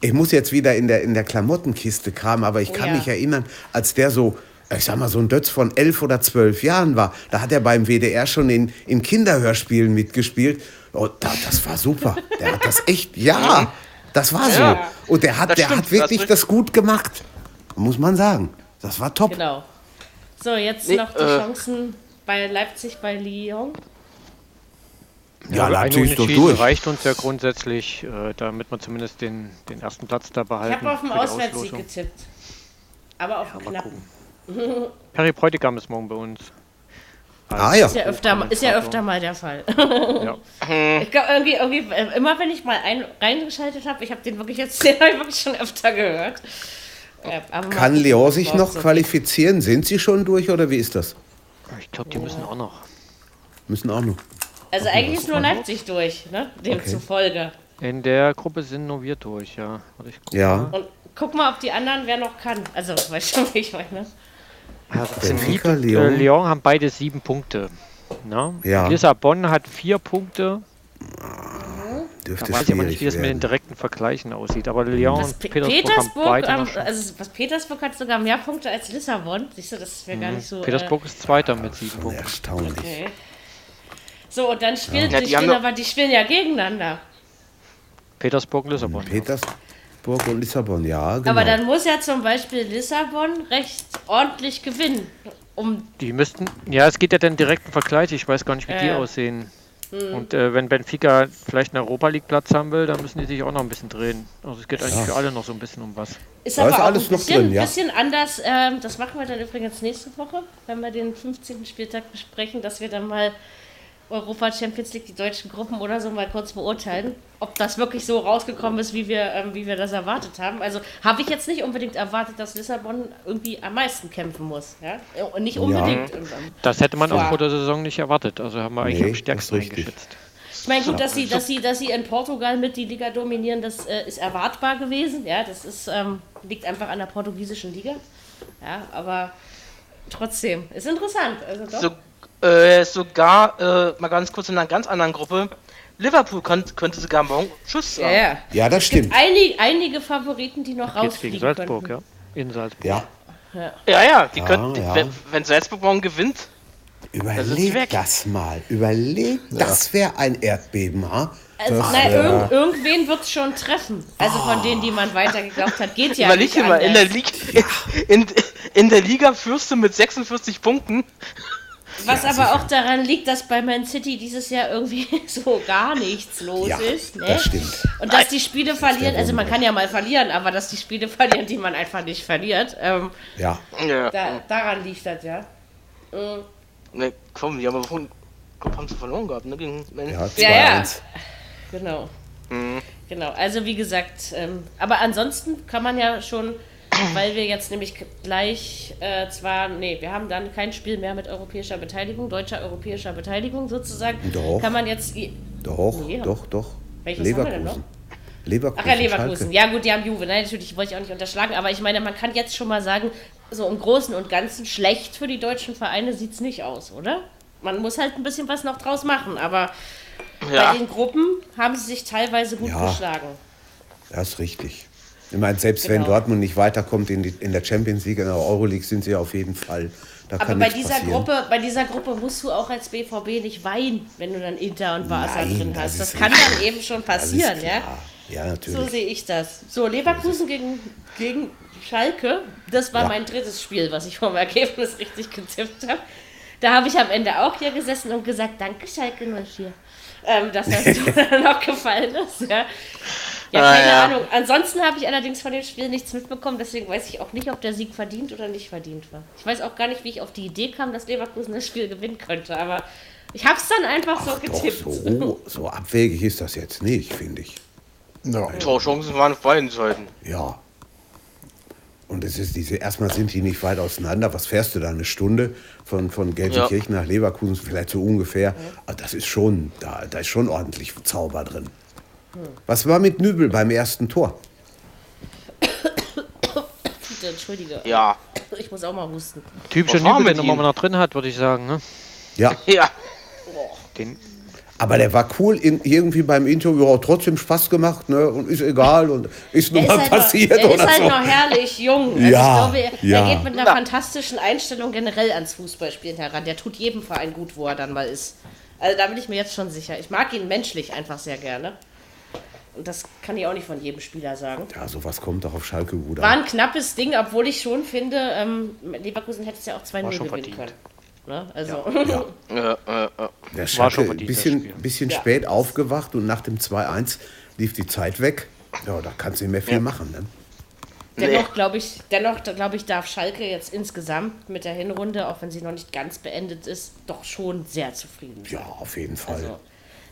D: ich muss jetzt wieder in der, in der Klamottenkiste kramen, aber ich kann
B: ja.
D: mich erinnern, als der so, ich sag mal, so ein Dötz von elf oder zwölf Jahren war, da hat er beim WDR schon in, in Kinderhörspielen mitgespielt. Und da, das war super. Der hat das echt, ja, das war so.
E: Ja.
D: Und der hat,
E: Das
D: der
E: stimmt,
D: hat wirklich
E: das-
D: das gut gemacht. Muss man sagen. Das war top.
B: Genau. So, jetzt
E: Nee,
B: noch die
E: äh, Halt
B: Chancen bei Leipzig, bei Lyon.
D: Ja,
F: aber ein
D: Leipzig ist doch
F: Unentschieden
D: durch.
F: reicht uns ja grundsätzlich, äh, damit man zumindest den, den ersten Platz da
B: Ich
F: behalten.
B: habe auf den
F: für die
B: Auswärtssieg
F: Auslosung.
B: getippt. Aber auf den
F: Mal
B: knappen.
F: gucken. Perry Bräutigam ist morgen bei uns.
D: Ah ja.
B: Ist ja, öfter, ist ja öfter mal der Fall.
F: Ja.
B: Ich glaube, irgendwie, irgendwie, äh, immer wenn ich mal ein, reingeschaltet habe, ich habe den wirklich jetzt den hab ich wirklich schon öfter gehört. Äh, aber
D: Kann
B: mal-
D: Lyon sich noch
B: so.
D: qualifizieren? Sind sie schon durch oder wie ist das?
F: Ich glaube, die müssen auch noch.
D: Müssen auch noch.
B: Also eigentlich ist nur Leipzig durch, ne? Demzufolge.
F: In der Gruppe sind nur wir durch, ja. Warte, ich guck
D: Ja.
B: Und guck mal, ob die anderen wer noch kann. Also, weißt du, wie ich meine?
F: mal. Also Zenit
D: Benfica,
F: und äh,
D: Lyon.
F: Lyon haben beide sieben Punkte. Na?
D: Ja.
F: Lissabon hat vier Punkte. Da
D: Dürfte
F: weiß ich aber nicht,
D: schwierig
F: wie das mit den
D: werden.
F: direkten Vergleichen aussieht. Aber Lyon
B: Was
F: und
B: Pe-
F: Petersburg, haben
B: Petersburg,
F: beide
B: ähm,
F: noch schon.
B: also was Petersburg hat sogar mehr Punkte als Lissabon. Siehst du, das wäre
E: Mhm.
B: gar nicht so.
F: Petersburg ist Zweiter mit sieben Punkten.
D: Erstaunlich.
B: Äh, okay. So, und dann spielen
E: Ja,
B: die,
E: die haben
B: spielen
E: doch-
B: aber die spielen ja gegeneinander.
F: Petersburg und Lissabon.
D: Hm,
F: ja.
D: Petersburg und Lissabon, ja, genau.
B: Aber dann muss ja zum Beispiel Lissabon recht ordentlich gewinnen. Um
F: Die müssten. Ja, es geht ja dann direkten Vergleich. Ich weiß gar nicht, wie die
B: Ja.
F: aussehen. Und äh, wenn Benfica vielleicht einen Europa League Platz haben will, dann müssen die sich auch noch ein bisschen drehen. Also es geht eigentlich für alle noch so ein bisschen um was.
B: Ist
D: Da
B: aber
D: ist
B: auch
D: alles
B: ein
D: noch
B: bisschen,
D: drin, ja.
B: bisschen anders. Ähm, das machen wir dann übrigens nächste Woche, wenn wir den 15. Spieltag besprechen, dass wir dann mal Europa Champions League, die deutschen Gruppen oder so mal kurz beurteilen, ob das wirklich so rausgekommen ist, wie wir, ähm, wie wir das erwartet haben. Also habe ich jetzt nicht unbedingt erwartet, dass Lissabon irgendwie am meisten kämpfen muss. Ja? Und nicht unbedingt. ähm,
F: Das hätte man auch
B: Ja.
F: vor der Saison nicht erwartet. Also haben wir eigentlich
D: Nee,
F: am stärksten
D: das ist richtig.
F: eingeschätzt.
B: Ich meine,
F: Genau,
B: gut, dass sie, dass, sie, dass sie in Portugal mit die Liga dominieren, das äh, ist erwartbar gewesen. Ja, das ist, ähm, liegt einfach an der portugiesischen Liga. Ja, aber trotzdem, ist interessant. Also doch.
E: So, äh, sogar, äh, mal ganz kurz in einer ganz anderen Gruppe, Liverpool kann, könnte sogar morgen Tschüss
B: ja,
E: sagen.
B: ja.
D: Ja, das stimmt.
B: Einige, einige Favoriten, die noch
F: Jetzt gegen
B: rausfliegen
F: Salzburg,
B: könnten.
F: ja. In Salzburg.
D: Ja,
E: Ja, ja, die könnten,
D: Ah, ja.
E: Wenn, wenn Salzburg morgen gewinnt, ist
D: überleg
E: weg.
D: das mal. Überleg, das wäre ein Erdbeben, ha?
B: Also,
D: Das
B: na,
D: wär-
B: irgend, irgendwen wird es schon treffen. Also von denen, die man weiter geglaubt hat, geht ja
E: überleg dir
B: nicht
E: mal, in der,
B: anders.
E: Liga, in, in der Liga führst du mit 46 Punkten.
B: Was aber auch daran liegt, dass bei Man City dieses Jahr irgendwie so gar nichts los
D: Ja,
B: ist. Ne?
D: das stimmt.
B: Und dass die Spiele verlieren, also man kann ja mal verlieren, aber dass die Spiele verlieren, die man einfach nicht verliert, ähm,
D: ja.
E: Ja.
B: da, daran liegt das ja.
E: Ne, komm, die haben aber vorhin, komm, haben sie verloren gehabt, ne? Gegen,
D: ja,
B: Ja, ja.
D: 2-1.
B: Genau. Genau, also wie gesagt, ähm, aber ansonsten kann man ja schon, weil wir jetzt nämlich k- gleich äh, zwar, nee, wir haben dann kein Spiel mehr mit europäischer Beteiligung, deutscher europäischer Beteiligung sozusagen,
D: Doch.
B: kann man jetzt. i-
D: Doch,
B: Ja.
D: doch, doch.
B: Welches haben wir denn
D: Leverkusen. Leverkusen.
B: Ach ja, Leverkusen.
D: Schalke.
B: Ja, gut, die haben Juve. Nein, natürlich wollte ich auch nicht unterschlagen, aber ich meine, man kann jetzt schon mal sagen, so im Großen und Ganzen schlecht für die deutschen Vereine sieht es nicht aus, oder? Man muss halt ein bisschen was noch draus machen, aber
E: ja.
B: bei den Gruppen haben sie sich teilweise gut
D: Ja.
B: geschlagen.
D: Das ist richtig. Ich meine, selbst wenn
B: Genau.
D: Dortmund nicht weiterkommt in, die, in der Champions League, in der Euroleague sind sie auf jeden Fall. Da
B: Aber
D: kann
B: bei
D: nichts
B: dieser
D: passieren.
B: Gruppe, bei dieser Gruppe musst du auch als BVB nicht weinen, wenn du dann Inter und Barca
D: Nein,
B: drin
D: das
B: hast. Das
D: ist
B: kann
D: richtig.
B: dann eben schon
D: Das ist
B: passieren, ja.
D: klar. Ja,
B: So
D: natürlich.
B: sehe ich das. So, Leverkusen gegen, gegen Schalke, das war
D: Ja.
B: mein drittes Spiel, was ich vom Ergebnis richtig getippt habe. Da habe ich am Ende auch hier gesessen und gesagt, danke Schalke 04. Ähm, dass das dir noch gefallen ist. Ja, ja
E: Ah,
B: keine
E: ja.
B: Ahnung. Ansonsten habe ich allerdings von dem Spiel nichts mitbekommen, deswegen weiß ich auch nicht, ob der Sieg verdient oder nicht verdient war. Ich weiß auch gar nicht, wie ich auf die Idee kam, dass Leverkusen das Spiel gewinnen könnte, aber ich habe es dann einfach so
D: Doch,
B: getippt.
D: so, so abwegig ist das jetzt nicht, finde ich.
C: Ja.
E: Torchancen waren auf beiden Seiten.
D: Ja. Und es ist diese, erstmal sind die nicht weit auseinander. Was fährst du da? Eine Stunde von, von Gelsenkirchen nach Leverkusen, vielleicht so ungefähr. Aber das ist schon, da, da ist schon ordentlich Zauber drin. Was war mit Nübel beim ersten Tor?
B: Bitte, Entschuldige,
E: Ja.
B: ich muss auch mal husten.
F: Typischer
E: Was machen
F: Nübel,
E: wir
F: den
E: mit
F: man
E: ihm?
F: noch drin hat, würde ich sagen. Ne?
D: Ja,
E: Ja.
F: Den,
D: aber der war cool in, irgendwie beim Interview, hat trotzdem Spaß gemacht ne? und ist egal und ist nun
B: Er
D: mal
B: ist halt,
D: passiert
B: noch, er
D: oder
B: ist halt
D: so.
B: noch herrlich jung. Also
D: Ja,
B: ich glaube, er,
D: ja.
B: er geht mit einer fantastischen Einstellung generell ans Fußballspielen heran. Der tut jedem Verein gut, wo er dann mal ist. Also da bin ich mir jetzt schon sicher. Ich mag ihn menschlich einfach sehr gerne. Und das kann ich auch nicht von jedem Spieler sagen.
D: Ja, sowas kommt doch auf Schalke gut
B: War
D: an.
B: ein knappes Ding, obwohl ich schon finde, ähm, Leverkusen hätte es ja auch 2-0
F: schon
B: gewinnen
F: verdient.
B: können. Ne? Also,
E: Äh, äh, äh.
B: Oh,
D: Der
F: War
D: Schalke
F: schon
D: ein
F: verdient, das
D: bisschen,
F: Spiel.
D: bisschen spät aufgewacht und nach dem 2-1 lief die Zeit weg. Ja, da kannst du nicht mehr viel machen. Ne?
B: Dennoch glaube ich, dennoch glaube ich, darf Schalke jetzt insgesamt mit der Hinrunde, auch wenn sie noch nicht ganz beendet ist, doch schon sehr zufrieden. sein.
D: Ja, auf jeden Fall.
B: Also,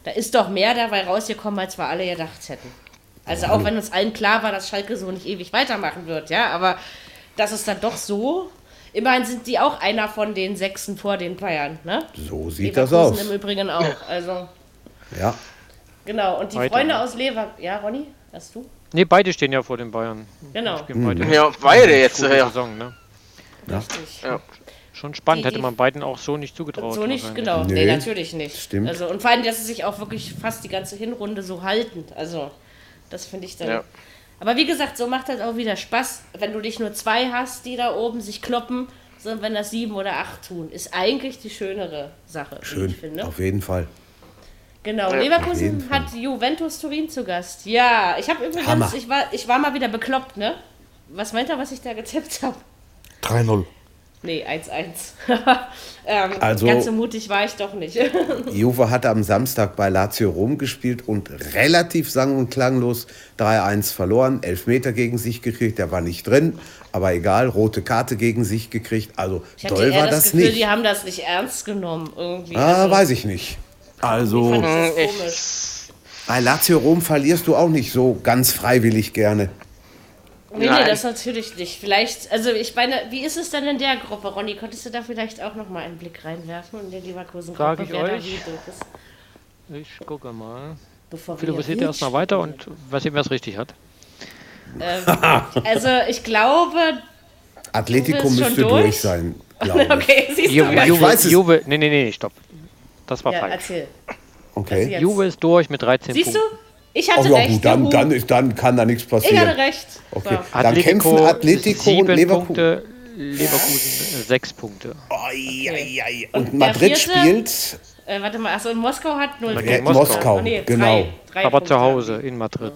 B: da ist doch mehr dabei rausgekommen, als wir alle gedacht hätten. Also auch wenn uns allen klar war, dass Schalke so nicht ewig weitermachen wird, ja, aber das ist dann doch so. Immerhin sind die auch einer von den Sechsen vor den Bayern, ne?
D: so sieht das
B: Leverkusen
D: aus.
B: im Übrigen auch. Also,
D: Ja,
B: genau. Und die
F: Weiter,
B: Freunde
F: ne?
B: aus Lever... Ja, Ronny? Hast du?
F: nee, beide stehen ja vor den Bayern.
B: Genau.
D: Hm.
F: Gehen beide
E: Ja, beide jetzt.
F: gute
E: Ja.
F: Saison, ne?
B: Richtig.
F: Schon spannend,
B: Die-
F: hätte
B: die-
F: man beiden auch so nicht zugetraut.
B: So nicht,
F: wahrscheinlich.
B: genau. Nee,
D: Nee,
B: natürlich nicht.
D: stimmt.
B: Also, und vor allem, dass sie sich auch wirklich fast die ganze Hinrunde so halten. Also, das finde ich dann.
E: Ja.
B: Aber wie gesagt, so macht das auch wieder Spaß, wenn du dich nur zwei hast, die da oben sich kloppen, sondern wenn das sieben oder acht tun. Ist eigentlich die schönere Sache, wie
D: schön.
B: ich finde.
D: Auf jeden Fall.
B: Genau,
D: Auf
B: Leverkusen
D: jeden Fall.
B: hat Juventus Turin zu Gast. Ja, ich habe übrigens,
D: Hammer.
B: ich war, ich war mal wieder bekloppt, ne? Was meint ihr, was ich da getippt habe?
C: 3-0.
B: Nee, 1-1. ähm,
D: Also-
B: ganz so mutig war ich doch nicht.
D: Juve hatte am Samstag bei Lazio Rom gespielt und relativ sang- und klanglos 3-1 verloren. Elfmeter gegen sich gekriegt, der war nicht drin, aber egal, rote Karte gegen sich gekriegt. Also
B: Ich hatte
D: doll
B: eher
D: war
B: das
D: das,
B: Gefühl,
D: nicht.
B: die haben das nicht ernst genommen irgendwie.
D: Ah,
B: Also,
D: weiß ich nicht.
A: Also,
E: Hm,
B: Das ist
E: Ich,
D: Bei Lazio Rom verlierst du auch nicht so ganz freiwillig gerne.
B: Nee,
E: Nein.
B: nee, das natürlich nicht. Vielleicht, also ich meine, wie ist es denn in der Gruppe, Ronny? Konntest du da vielleicht auch nochmal einen Blick reinwerfen und den Leverkusen-Gruppe,
F: Sag ich
B: da
F: euch.
B: wie doof ist?
F: Ich gucke mal.
B: Bevor
F: Philipp
B: wir
F: erzählt erstmal weiter und was sehen, wer es richtig hat.
B: Also ich glaube,
D: Atletico
B: Du bist schon
D: müsste
B: durch?
D: durch sein, glaube ich.
B: okay, siehst du,
F: Juve,
B: ja,
F: Juve,
D: weiß es.
F: Juve, nee, nee, nee, stopp. Das war
B: ja,
F: falsch.
B: erzähl.
D: Okay.
B: jetzt.
F: Juve ist durch mit 13
B: Siehst du?
F: Punkten.
B: Ich
D: Ach
B: hatte
D: ja,
B: recht.
D: gut, dann,
B: juhu.
D: dann, ist, dann kann da nichts
B: ich hatte
D: passieren.
B: recht.
D: Okay.
B: So.
D: Dann kämpfen Atletico und
F: sieben
D: Leverkusen.
F: Punkte, Leverkusen 6 Punkte.
D: Ei, ei, ei. Und
B: der
D: Madrid
B: vierte?
D: spielt
B: Äh, warte mal, achso, in Moskau hat 0
D: äh,
F: Gegen
D: Moskau,
B: Ah, nee,
D: genau.
B: Drei, drei
F: Aber
B: Punkte.
F: zu Hause in Madrid.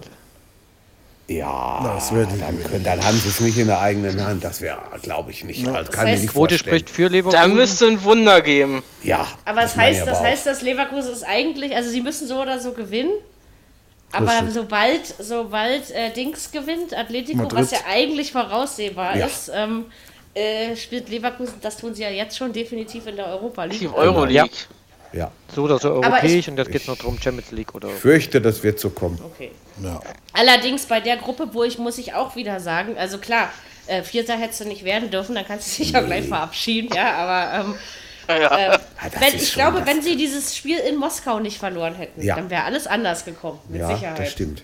D: Ja, dann, können, dann haben sie es nicht in der eigenen Hand. Das wäre, glaube ich, nicht. Also,
B: heißt,
D: kann ich mir
F: Die
D: nicht
F: Quote
D: vorstellen.
F: spricht für
E: da
F: Leverkusen.
E: müsste ein Wunder geben.
D: Ja.
B: Aber das
D: meine ich
B: heißt, das
D: aber
B: heißt, dass Leverkusen ist eigentlich, also sie müssen so oder so gewinnen. Aber
D: Richtig.
B: sobald, sobald äh, Dings gewinnt, Atletico,
C: Madrid.
B: was ja eigentlich voraussehbar
D: Ja.
B: ist, ähm, äh, spielt Leverkusen, das tun sie ja jetzt schon definitiv in der Europa
E: Die
B: League.
E: Euroleague.
D: auch. Ja.
F: So oder so
B: Aber
F: europäisch
B: ich-
F: und jetzt geht es noch darum, Champions League oder.
D: Fürchte, das wird so kommen.
B: Okay.
C: Ja.
B: Allerdings bei der Gruppe, wo ich muss ich auch wieder sagen, also klar, äh, Vierter hättest du nicht werden dürfen, dann kannst du dich auch gleich verabschieden, ja, aber ähm,
D: Ja, das
B: wenn,
D: ist
B: ich
D: schon-
B: glaube,
D: das-
B: wenn sie dieses Spiel in Moskau nicht verloren hätten,
D: Ja.
B: dann wäre alles anders gekommen, mit
D: Ja,
B: Sicherheit.
D: das stimmt.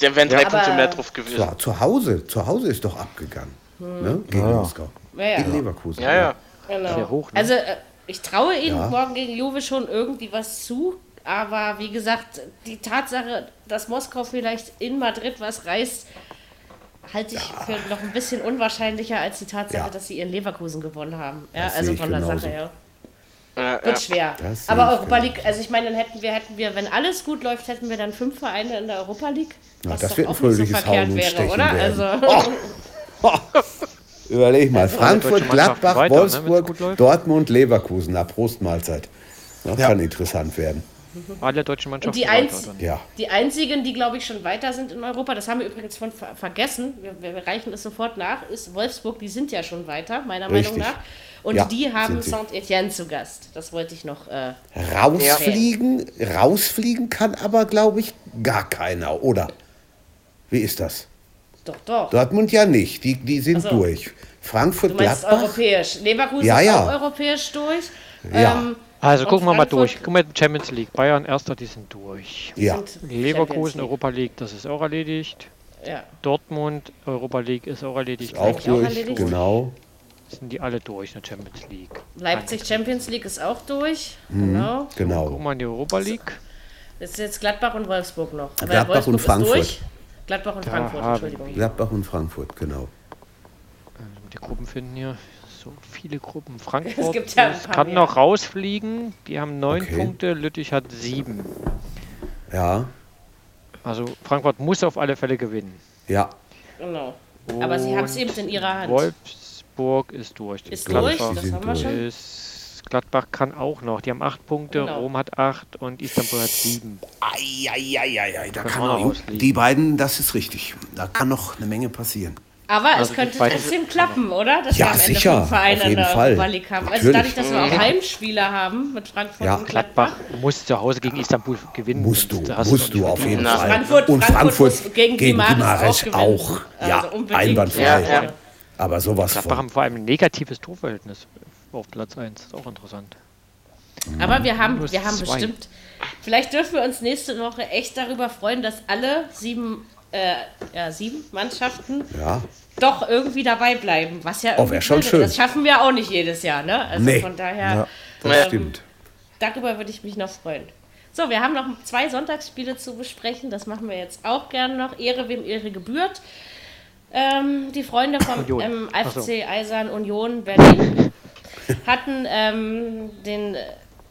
E: Dann wären drei
B: aber-
E: Punkte mehr drauf gewesen.
D: Ja, zu Hause, zu Hause ist doch abgegangen. Ne? Gegen Moskau.
B: Hm. Ja, ja.
D: Gegen Leverkusen.
E: Ja, ja.
B: Genau.
F: Sehr hoch, ne?
B: Also äh, ich traue ihnen
D: Ja.
B: morgen gegen Juve schon irgendwie was zu, aber wie gesagt, die Tatsache, dass Moskau vielleicht in Madrid was reißt, halte ich für noch ein bisschen unwahrscheinlicher als die Tatsache,
D: Ja.
B: dass sie ihren Leverkusen gewonnen haben. Ja,
D: Das
B: also
D: sehe ich
B: von der
D: genauso.
B: Sache her.
E: Ja, ja.
B: Wird schwer.
D: Das sehe
B: Aber
D: ich
B: Europa
D: genauso.
B: League, also ich meine, dann hätten wir, hätten wir, wenn alles gut läuft, hätten wir dann fünf Vereine in der Europa League.
D: Na,
B: was
D: das
B: doch
D: wird ein
B: auch nicht so
D: fröhliches Hauen
B: verkehrt
D: und
B: wäre,
D: Stechen
B: oder?
D: werden. Oh.
B: Also.
D: Überleg mal,
F: deutsche
D: Frankfurt,
F: Mannschaften
D: Gladbach,
F: weiter, ne, wenn's gut
D: Wolfsburg,
F: läuft.
D: Dortmund, Leverkusen. Na, Prost, Mahlzeit. Das kann interessant werden.
F: Alle deutschen Mannschaften.
B: Die
F: weiter
B: Einz-
F: dann.
D: Ja.
B: Die einzigen, die, glaube ich, schon weiter sind in Europa, das haben wir übrigens von ver vergessen, wir, wir reichen es sofort nach, ist Wolfsburg, die sind ja schon weiter, meiner
D: Richtig.
B: Meinung nach. Und
D: Ja,
B: die haben
D: sind sie.
B: Saint-Etienne zu Gast. Das wollte ich noch. Äh,
D: Rausfliegen, rausfliegen kann aber, glaube ich, gar keiner, oder? Wie ist das?
B: doch, doch.
D: Dortmund ja nicht, die, die sind
B: so.
D: durch. Frankfurt,
B: Also, du meinst
D: Gladbach,
B: europäisch. Leverkusen
D: Ja, ja.
B: ist auch europäisch durch. Ähm,
D: Ja.
F: Also gucken wir mal durch.
B: Frankfurt
F: Gucken wir Champions League. Bayern erster, die sind durch.
D: ja,
B: sind Champions
F: Leverkusen
B: League.
F: Europa League, das ist auch erledigt.
B: Ja.
F: Dortmund Europa League ist auch erledigt.
D: auch
B: auch
D: durch,
B: erledigt.
D: genau.
F: sind die alle durch in der Champions League.
B: Leipzig Champions League ist auch durch. Genau.
F: Gucken
D: genau.
F: wir in die Europa League.
B: Das ist jetzt Gladbach und Wolfsburg noch. Aber
D: Gladbach
B: Wolfsburg
D: und
B: ist
D: Frankfurt.
B: durch. Gladbach und Frankfurt,
F: haben
B: Entschuldigung.
D: Gladbach und Frankfurt, genau.
F: Also die Gruppen finden hier so viele Gruppen.
B: Es
F: Frankfurt
B: gibt ja ein
F: es
B: paar
F: kann
B: mehr.
F: noch rausfliegen. Die haben neun
D: Okay.
F: Punkte, Lüttich hat sieben.
D: Ja,
F: Also Frankfurt muss auf alle Fälle gewinnen.
D: ja,
B: Genau. Aber sie haben es eben in ihrer Hand.
F: Wolfsburg ist durch.
B: Ist
D: Gladbach,
B: durch, das
D: die
B: haben wir
D: sind
B: schon.
F: Ist Gladbach kann auch noch. Die haben acht Punkte,
B: Genau.
F: Rom hat acht und Istanbul hat sieben.
D: Eieieiei, da
F: Können
D: kann
F: wir
D: noch,
F: rausfliegen.
D: die beiden, das ist richtig. Da kann noch eine Menge passieren.
B: Aber
F: Also
B: es könnte
F: die beiden-
B: trotzdem klappen, oder? Dass
D: Ja,
B: wir am Ende
D: sicher,
B: fünf Vereine
D: auf jeden
B: in der
D: Fall.
B: Europa League haben. Also
D: Natürlich.
B: dadurch, dass wir auch Heimspieler haben mit Frankfurt
D: Ja.
B: und Gladbach.
F: Gladbach muss zu Hause gegen Istanbul gewinnen.
D: Musst du,
F: sonst hast
D: musst
F: nicht
D: du auf jeden
E: Na,
D: Fall.
B: Frankfurt-
D: und
B: Frankfurt
D: Frankfurt,
B: muss
D: gegen,
B: gegen
D: Gimares
B: Gimares
D: auch.
B: auch gewinnen.
D: Ja,
B: Also unbedingt.
D: einwandfrei.
E: Ja, ja.
D: Aber sowas
F: Gladbach
D: von.
F: haben vor allem ein negatives Torverhältnis auf Platz 1. Das ist auch interessant.
B: Aber wir haben,
F: Minus
B: wir haben
F: zwei.
B: bestimmt. Vielleicht dürfen wir uns nächste Woche echt darüber freuen, dass alle sieben, äh, ja, sieben Mannschaften
D: Ja,
B: doch irgendwie dabei bleiben. Was ja irgendwie
D: Oh, wär schon
B: cool ist.
D: schön.
B: Das schaffen wir auch nicht jedes Jahr, ne? Also
D: Nee.
B: von daher.
D: das
E: Ähm,
D: stimmt.
B: Darüber würde ich mich noch freuen. So, wir haben noch zwei Sonntagsspiele zu besprechen. Das machen wir jetzt auch gerne noch. Ehre, wem Ehre gebührt. Ähm, die Freunde vom
F: Union.
B: ähm,
F: Ach so.
B: FC Eisern Union Berlin hatten ähm, den äh,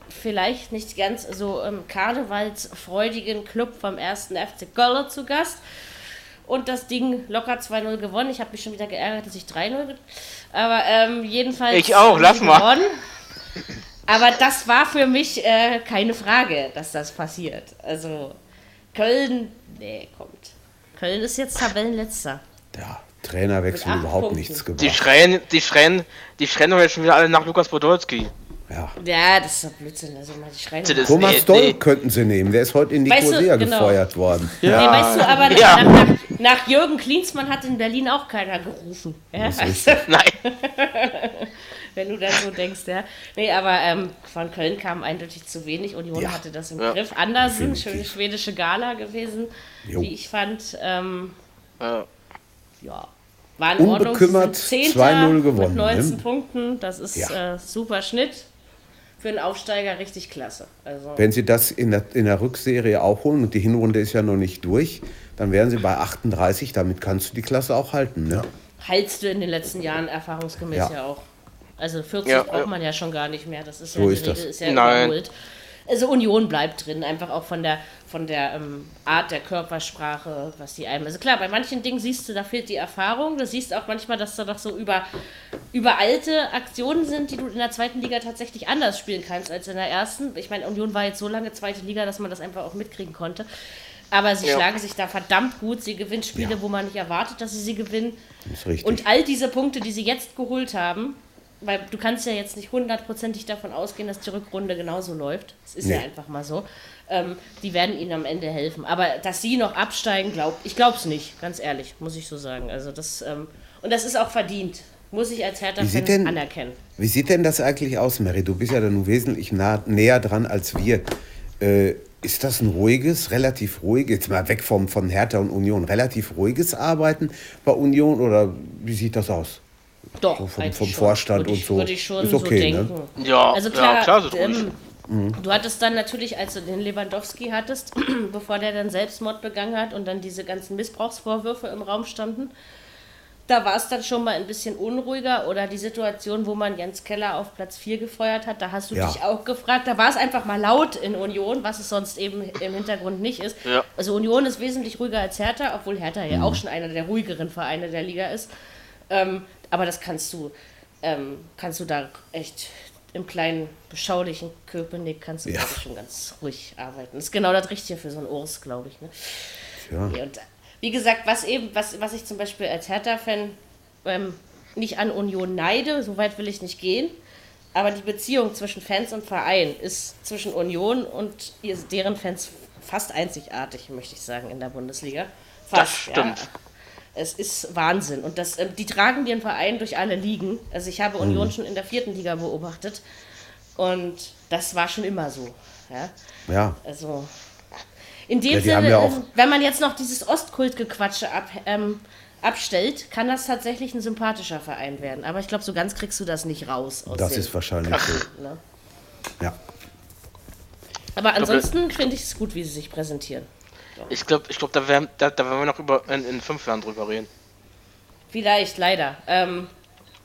B: vielleicht nicht ganz so ähm, karnevalsfreudigen Club vom 1. FC Köln zu Gast. Und das Ding locker 2-0 gewonnen. Ich habe mich schon wieder geärgert, dass ich 3-0. ge- Aber ähm, jedenfalls.
E: Ich auch,
B: haben
E: lass
B: sie
E: mal.
B: gewonnen. Aber das war für mich äh, keine Frage, dass das passiert. Also Köln, nee, kommt. Köln ist jetzt Tabellenletzter.
D: Ja, Trainerwechsel
B: mit acht
D: überhaupt
B: Punkten.
D: nichts
E: Die
D: gebracht.
E: schreien, die schreien, die schreien doch jetzt schon wieder alle nach Lukas Podolski.
D: Ja.
B: Ja, das ist doch Blödsinn, also mal die Schreine.
E: Das-
D: Thomas
E: Nee,
D: Doll
E: nee.
D: könnten sie nehmen. Der ist heute in die
B: Weißt du,
D: Korea
B: genau.
D: gefeuert worden.
B: Nee, weißt du, aber
E: Ja.
B: nach, nach, nach Jürgen Klinsmann hat in Berlin auch keiner gerufen. Ja? Also,
E: Nein.
B: wenn du das so denkst, ja. Nee, aber ähm, von Köln kam eindeutig zu wenig. Union hatte das im
E: Ja.
B: Griff. Andersen,
D: Definitiv.
B: schöne schwedische Gala gewesen,
D: Jo.
B: wie ich fand. Ähm,
E: Ja.
B: ja, war in
D: Unbekümmert
B: Ordnung. Sie sind
D: 2-0
B: Zehnter
D: gewonnen,
B: Mit 19
D: ne?
B: Punkten, das ist
D: Ja.
B: äh, super Schnitt. Für einen Aufsteiger richtig klasse. Also,
D: Wenn sie das in der, in der Rückserie auch holen und die Hinrunde ist ja noch nicht durch, dann wären sie bei 38. Damit kannst du die Klasse auch halten. Ne?
B: haltst du in den letzten Jahren erfahrungsgemäß ja,
D: Ja.
B: auch. Also 40
E: Ja,
B: braucht
E: ja.
B: man ja schon gar nicht mehr. Das ist
D: So
B: ja
D: ist
B: die
D: das.
B: Regel ist ja
E: Nein.
B: überholt. Also Union bleibt drin, einfach auch von der von der ähm, Art der Körpersprache, was die einem. Also klar, bei manchen Dingen siehst du, da fehlt die Erfahrung. Du siehst auch manchmal, dass da noch so über, über alte Aktionen sind, die du in der zweiten Liga tatsächlich anders spielen kannst als in der ersten. Ich meine, Union war jetzt so lange zweite Liga, dass man das einfach auch mitkriegen konnte. Aber sie
E: Ja.
B: schlagen sich da verdammt gut. Sie gewinnen Spiele, wo man nicht erwartet, dass sie sie gewinnen.
D: Ist richtig.
B: Und all diese Punkte, die sie jetzt geholt haben, weil du kannst ja jetzt nicht hundertprozentig davon ausgehen, dass die Rückrunde genauso läuft. Es ist ja
D: Nee.
B: einfach mal so. Ähm, die werden ihnen am Ende helfen. Aber dass sie noch absteigen, glaub ich glaub's nicht, ganz ehrlich, muss ich so sagen. Also das, ähm, und das ist auch verdient. Muss ich als
D: Wie sieht
B: Hertha-Fan
D: denn-
B: anerkennen.
D: Wie sieht denn das eigentlich aus, Mary? Du bist ja da nun wesentlich nah, näher dran als wir. Äh, ist das ein ruhiges, relativ ruhig, jetzt mal weg vom, von Hertha und Union, relativ ruhiges Arbeiten bei Union oder wie sieht das aus?
B: Doch,
D: So vom-
B: eigentlich
D: vom
B: schon.
D: Vorstand
B: würde ich,
D: und so.
B: Würde ich schon
D: Ist
B: so
D: okay, ne? Mhm.
B: denken.
E: Ja,
B: also
E: ja,
B: klar,
E: klar, so ruhig.
B: ähm, du hattest dann natürlich, als du den Lewandowski hattest, bevor der dann Selbstmord begangen hat und dann diese ganzen Missbrauchsvorwürfe im Raum standen, da war es dann schon mal ein bisschen unruhiger oder die Situation, wo man Jens Keller auf Platz 4 gefeuert hat, da hast du
D: Ja.
B: dich auch gefragt, da war es einfach mal laut in Union, was es sonst eben im Hintergrund nicht ist.
E: Ja.
B: Also Union ist wesentlich ruhiger als Hertha, obwohl Hertha
D: Mhm.
B: ja auch schon einer der ruhigeren Vereine der Liga ist. Ähm, aber das kannst du, ähm, kannst du da echt im kleinen, beschaulichen Köpenick kannst du glaub ich, schon ganz ruhig arbeiten. Das ist genau das Richtige für so einen Urs, glaube ich. Ne?
D: Tja.
B: Nee, Und wie gesagt, was eben, was, was ich zum Beispiel als Hertha-Fan ähm, nicht an Union neide, so weit will ich nicht gehen. Aber die Beziehung zwischen Fans und Verein ist zwischen Union und ihr- deren Fans fast einzigartig, möchte ich sagen, in der Bundesliga. Fast,
E: Das stimmt.
B: Es ist Wahnsinn. Und das, ähm, die tragen den Verein durch alle Ligen. Also ich habe
E: Mhm.
B: Union schon in der vierten Liga beobachtet. Und das war schon immer so. Ja?
D: Ja,
B: Also, in dem
D: Ja, die haben
B: Sinne,
D: ja auch-
B: ähm, wenn man jetzt noch dieses Ostkultgequatsche ab, ähm, abstellt, kann das tatsächlich ein sympathischer Verein werden. Aber ich glaube, so ganz kriegst du das nicht raus. Aus
D: das
B: dem,
D: ist wahrscheinlich so.
B: ne?
D: Ja.
B: Aber ansonsten finde ich es gut, wie sie sich präsentieren.
E: Ich glaube, ich glaub, da werden da, da werden wir noch über in, in fünf Jahren drüber reden.
B: Vielleicht, leider. Ähm,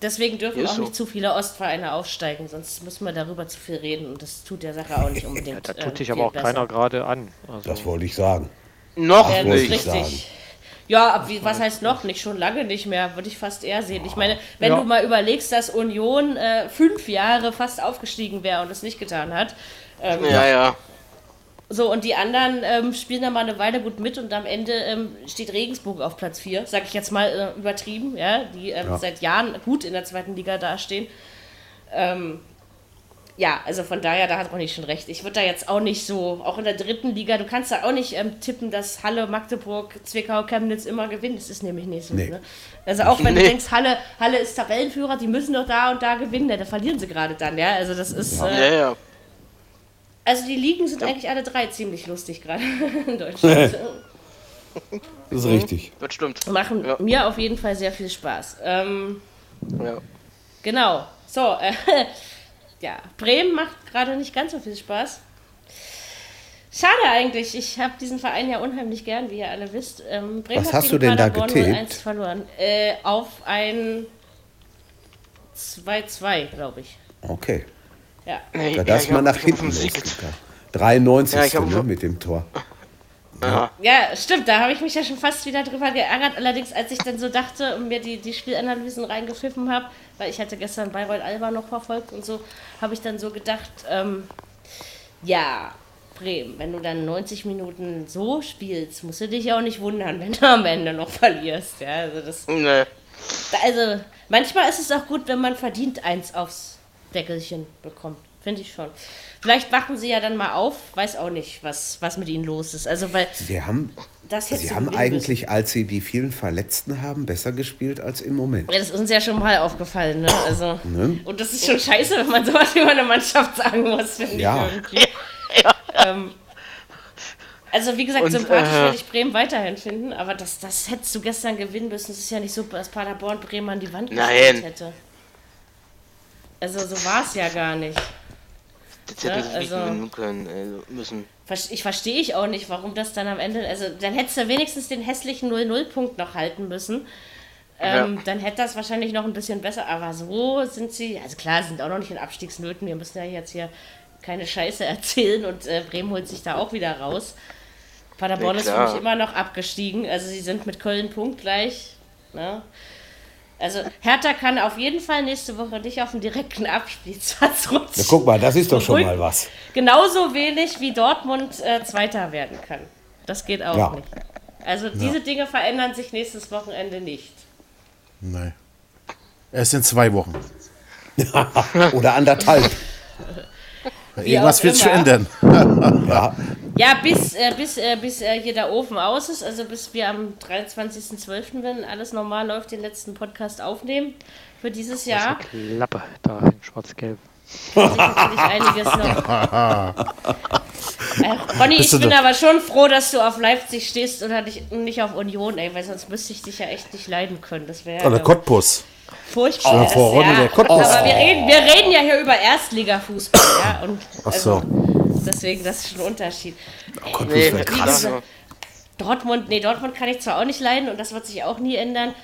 B: deswegen dürfen
E: Ist
B: auch
E: so.
B: nicht zu viele Ostvereine aufsteigen, sonst müssen wir darüber zu viel reden und das tut der Sache auch nicht unbedingt.
F: Da
B: äh,
F: tut sich
B: viel
F: aber auch
B: besser.
F: keiner gerade an. Also,
D: Das wollte ich sagen.
E: Noch
B: Ja, das
D: wollte
B: ist
D: ich
E: nicht.
B: richtig.
D: sagen.
B: Ja, ab wie, was heißt noch nicht? Schon lange nicht mehr, würde ich fast eher sehen. Ich meine, wenn
F: Ja.
B: du mal überlegst, dass Union äh, fünf Jahre fast aufgestiegen wäre und es nicht getan hat. Ähm,
E: Ja, ja.
B: So, und die anderen ähm, spielen dann mal eine Weile gut mit und am Ende ähm, steht Regensburg auf Platz 4, sag ich jetzt mal äh, übertrieben, ja, die ähm,
D: Ja.
B: seit Jahren gut in der zweiten Liga dastehen. Ähm, ja, also von daher, da hat man nicht schon recht. Ich würde da jetzt auch nicht so, auch in der dritten Liga, du kannst da auch nicht ähm, tippen, dass Halle, Magdeburg, Zwickau, Chemnitz immer gewinnen. Das ist nämlich nicht so.
D: Nee.
B: Ne? Also auch wenn du
E: Nee.
B: denkst, Halle, Halle ist Tabellenführer, die müssen doch da und da gewinnen, ja, da verlieren sie gerade dann, ja. Also das ist.
E: Ja,
B: äh,
E: ja.
B: also die Ligen sind eigentlich alle drei ziemlich lustig gerade in Deutschland.
C: Das ist richtig.
E: Das stimmt.
B: Machen
E: Ja.
B: mir auf jeden Fall sehr viel Spaß. Ähm,
E: Ja.
B: genau. So, äh, ja, Bremen macht gerade nicht ganz so viel Spaß. Schade eigentlich. Ich habe diesen Verein ja unheimlich gern, wie ihr alle wisst. Ähm, Bremen
D: Was
B: hat
D: hast
B: gegen
D: du denn da
B: Paderborn
D: getippt?
B: 0-1 verloren. Äh, auf ein 2-2, glaube ich.
D: Okay.
B: Ja.
E: Nee,
D: Da darf
E: ich
D: man
E: hab-
D: nach
E: ich hab auf
D: hinten
E: den Sieg getippt.
D: losgegangen. 93.
E: Ja, ich hab-
D: ne, mit dem Tor.
B: Ja, stimmt, da habe ich mich ja schon fast wieder drüber geärgert. Allerdings, als ich dann so dachte und mir die, die Spielanalysen reingepfiffen habe, weil ich hatte gestern Bayreuth Alba noch verfolgt und so, habe ich dann so gedacht, ähm, ja, Bremen, wenn du dann 90 Minuten so spielst, musst du dich ja auch nicht wundern, wenn du am Ende noch verlierst. Ja, also, das,
E: Nee.
B: also manchmal ist es auch gut, wenn man verdient eins aufs Deckelchen bekommt. Finde ich schon. Vielleicht wachen sie ja dann mal auf, weiß auch nicht, was, was mit ihnen los ist. Also, weil
D: Sie haben,
B: das hätte
D: sie haben eigentlich, als sie die vielen Verletzten haben, besser gespielt als im Moment.
B: Ja, das ist uns ja schon mal aufgefallen, ne? Also,
D: Ne?
B: Und das ist schon scheiße, wenn man sowas über eine Mannschaft sagen muss, finde
D: Ja.
B: ich irgendwie. Ähm, also, wie gesagt,
E: Und,
B: sympathisch
E: äh,
B: werde ich Bremen weiterhin finden, aber das, das hättest du gestern gewinnen müssen. Es ist ja nicht so, dass Paderborn Bremen an die Wand
E: Nein.
B: gespielt hätte. Also, so war es ja gar nicht.
E: Das hätten
B: Ja,
E: sie nicht
B: also-
E: gewinnen können, also müssen.
B: Verste- Ich verstehe ich auch nicht, warum das dann am Ende. Also, dann hättest du wenigstens den hässlichen 0-0-Punkt noch halten müssen. Ähm, Dann hätte das wahrscheinlich noch ein bisschen besser. Aber so sind sie. Also, klar, sie sind auch noch nicht in Abstiegsnöten. Wir müssen ja jetzt hier keine Scheiße erzählen und äh, Bremen holt sich da auch wieder raus. Paderborn
E: Ja,
B: ist für
E: klar.
B: mich immer noch abgestiegen. Also, sie sind mit Köln punktgleich. Ne? Also, Hertha kann auf jeden Fall nächste Woche nicht auf den direkten Abspielplatz rutschen.
C: Na, guck mal, das ist doch schon
B: Beruhigt-
C: mal was.
B: genauso wenig wie Dortmund äh, Zweiter werden kann. Das geht auch
C: Ja.
B: nicht. Also diese Dinge verändern sich nächstes Wochenende nicht.
G: Nein. Erst in zwei Wochen.
D: Oder anderthalb.
G: Irgendwas
B: auch
G: wird sich
B: immer.
G: ändern.
B: Ja, bis, äh, bis, äh, bis äh, hier der Ofen aus ist, also bis wir am 23.12., wenn alles normal läuft, den letzten Podcast aufnehmen für dieses Jahr.
F: Klappe da in schwarz-gelb.
B: Da wird sicherlich einiges noch. Äh, Ronny, ich
G: Bist du
B: bin
G: da-
B: aber schon froh, dass du auf Leipzig stehst oder nicht, nicht auf Union, ey, weil sonst müsste ich dich ja echt nicht leiden können. Das
G: Oh,
B: wäre ja
C: Oder
B: ähm,
C: Cottbus.
B: furchtbar.
C: vor,
B: ist,
C: Ronny,
B: ja.
C: der Cottbus.
B: Aber wir reden, wir reden ja hier über Erstliga-Fußball, ja. Und also, deswegen, das ist schon ein Unterschied.
E: Nee,
B: wie
E: krass.
B: gesagt, Dortmund, nee, Dortmund kann ich zwar auch nicht leiden und das wird sich auch nie ändern.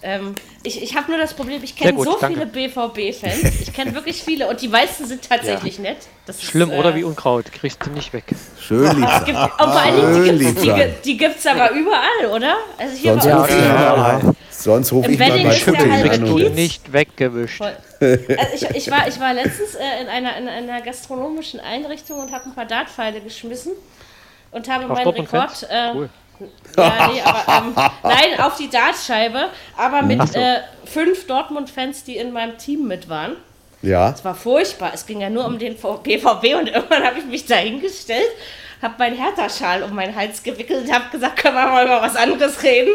B: Ähm, ich ich habe nur das Problem, ich
F: Sehr
B: kenne
F: gut,
B: so
F: danke.
B: viele BVB-Fans. Ich kenne wirklich viele und die meisten sind tatsächlich nett. Das ist,
F: Schlimm,
B: äh, Also
F: oder wie Unkraut. Kriegst du nicht weg.
D: Schön, Lisa.
B: Gibt, und vor allen Dingen, die
D: Schön,
B: gibt's- die
D: Lieblein.
B: gibt die gibt's aber überall, oder? Also hier
D: Sonst
B: bei
D: rufe
B: uns.
D: ich mal an. Sonst rufe
B: Im
D: ich mal
B: Wedding
D: bei
B: ist der
D: Schüttel
B: halbe
D: an.
F: Kriegst du
D: und-
B: Kiez.
F: nicht weggewischt.
B: Also ich, ich, war, ich war letztens äh, in, einer, in einer gastronomischen Einrichtung und habe ein paar Dartpfeile geschmissen und habe meinen
F: Dortmund-Fans?
B: Rekord. Äh,
F: Cool.
B: ja, nee, aber, ähm, nein, auf die Dartscheibe, aber mit
F: Ach so.
B: äh, fünf Dortmund-Fans, die in meinem Team mit waren.
D: Ja,
B: Es war furchtbar. Es ging ja nur um den V- BVB und irgendwann habe ich mich da hingestellt, habe meinen Hertha-Schal um meinen Hals gewickelt und habe gesagt, können wir mal über was anderes reden?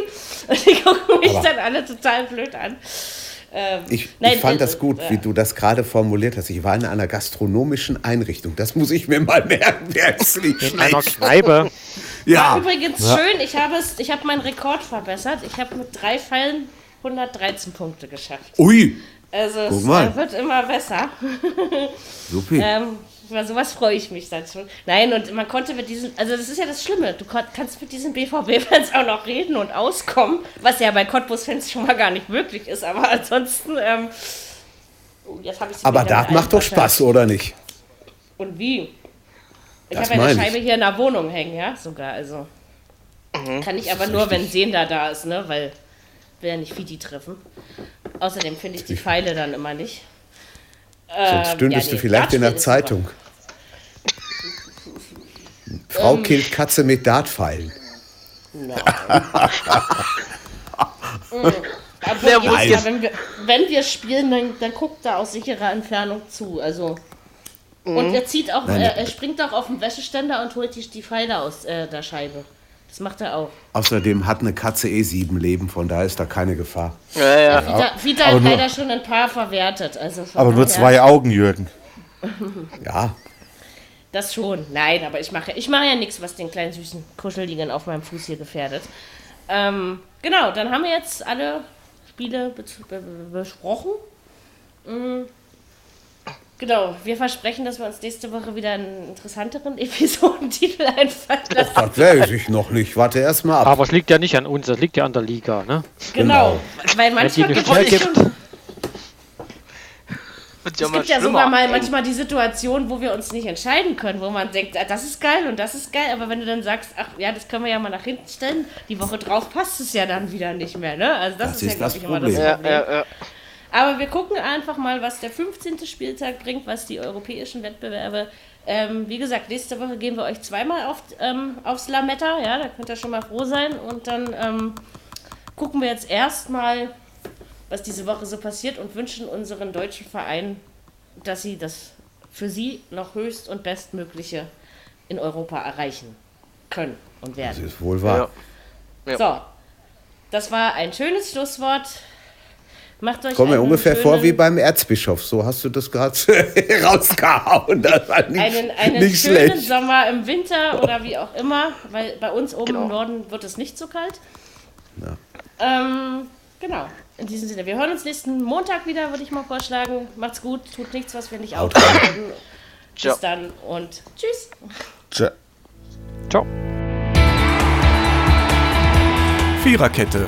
B: Und die gucken mich dann alle total blöd an. Ähm,
D: ich,
B: nein,
D: ich fand
B: also,
D: das gut,
B: ja.
D: wie du das gerade formuliert hast. Ich war in einer gastronomischen Einrichtung. Das muss ich mir mal merken. Wer ist nicht
F: In einer
D: schlecht.
F: Kneipe.
D: Ah. Ja,
B: Übrigens schön, ich habe es, ich habe meinen Rekord verbessert. Ich habe mit drei Pfeilen 113 Punkte geschafft.
D: ui,
B: Also es
D: Guck mal.
B: äh, wird immer besser.
D: supi.
B: ähm, über sowas freue ich mich dann schon. Nein, und man konnte mit diesen, also das ist ja das Schlimme, du kon- kannst mit diesen BVB-Fans auch noch reden und auskommen, was ja bei Cottbus-Fans schon mal gar nicht möglich ist, aber ansonsten, ähm, oh, jetzt habe ich sie
D: Aber
B: wieder
D: das
B: mit
D: macht doch
B: einverstanden.
D: Spaß, oder nicht?
B: Und wie? Ich
D: Das
B: habe eine
D: meine ich. Mhm.
B: Scheibe hier in der Wohnung hängen, ja, sogar. Also kann ich aber nur, wenn Sehender da ist, ne, weil will ja nicht Fiti treffen. Außerdem finde ich die Pfeile dann immer nicht.
D: Sonst
B: Ähm,
D: stündest
B: ja,
D: du
B: nee,
D: vielleicht in der
B: Dartspiel ist
D: Zeitung. Frau
B: Ähm.
D: killt Katze mit Dartpfeilen.
B: super. Aber
E: Wer
B: ja,
E: wusste es?
B: wenn, wir, wenn wir spielen, dann, dann guckt er aus sicherer Entfernung zu. Also
D: Mhm.
B: und er zieht auch, er, er springt auch auf den Wäscheständer und holt die, die Pfeile aus äh, der Scheibe. Das macht er auch.
D: Außerdem hat eine Katze eh sieben Leben, von daher ist da keine Gefahr.
E: Ja, ja.
B: Vita, Vita
G: aber
B: hat
G: nur-
B: leider schon ein paar verwertet. Also von
G: Aber nur
B: daher-
G: zwei Augen, Jürgen.
D: Ja,
B: Das schon. Nein, aber ich mache ich mache ja nichts, was den kleinen süßen Kuscheligen auf meinem Fuß hier gefährdet. Ähm, genau, dann haben wir jetzt alle Spiele bez- be- be- besprochen. Mm. Genau, wir versprechen, dass wir uns nächste Woche wieder einen interessanteren Episodentitel einfallen lassen.
D: das wäre ich noch nicht. Warte erst mal ab.
F: Aber es liegt ja nicht an uns, das liegt ja an der Liga. Ne?
B: Genau, weil
F: Wenn die
B: manchmal
F: nicht
B: gibt
F: schnell
B: es
F: gibt,
B: schon,
E: Wird
B: es
E: mal
B: gibt ja
E: schlimmer.
B: sogar mal manchmal die Situation, wo wir uns nicht entscheiden können, wo man denkt, ah, das ist geil und das ist geil, aber wenn du dann sagst, ach ja, das können wir ja mal nach hinten stellen, die Woche drauf passt es ja dann wieder nicht mehr, ne? Also das,
D: Das
B: ist,
D: ist
B: ja
D: das
B: glaub ich, immer
D: Problem.
B: das
E: Ja,
B: Problem.
E: ja, ja.
B: Aber wir gucken einfach mal, was der 15. Spieltag bringt, was die europäischen Wettbewerbe. Ähm, wie gesagt, nächste Woche gehen wir euch zweimal auf, ähm, aufs Lametta, ja, da könnt ihr schon mal froh sein und dann ähm, gucken wir jetzt erstmal, was diese Woche so passiert und wünschen unseren deutschen Vereinen, dass sie das für sie noch höchst und bestmögliche in Europa erreichen können und
D: Das
B: werden.
D: ist wohl
E: Ja.
D: wahr.
E: Ja.
B: So, das war ein schönes Schlusswort. Macht euch
D: Kommt mir
B: einen
D: ungefähr vor
B: schönen-
D: wie beim Erzbischof. So hast du das gerade rausgehauen. Das war nicht,
B: einen, einen
D: nicht
B: schönen
D: schlecht. Oh.
B: Sommer im Winter oder wie auch immer, weil bei uns oben
E: Genau.
B: im Norden wird es nicht so kalt.
D: Ja.
B: Ähm, genau. In diesem Sinne, wir hören uns nächsten Montag wieder, würde ich mal vorschlagen. Macht's gut, tut nichts, was wir nicht
D: Haut
B: aufhalten.
E: Ciao.
B: Bis dann und tschüss. Oh,
G: Tja.
F: Ciao.
A: Viererkette,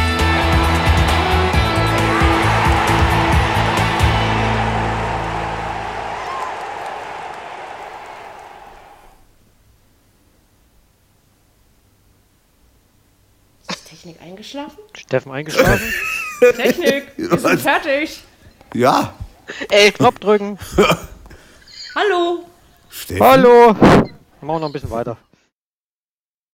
B: Ist die Technik eingeschlafen?
F: Steffen eingeschlafen.
B: Technik, wir sind fertig.
D: Ja,
E: Ey,
F: Knopf drücken.
B: Hallo.
D: Steffen.
F: Hallo. Machen wir noch ein bisschen weiter.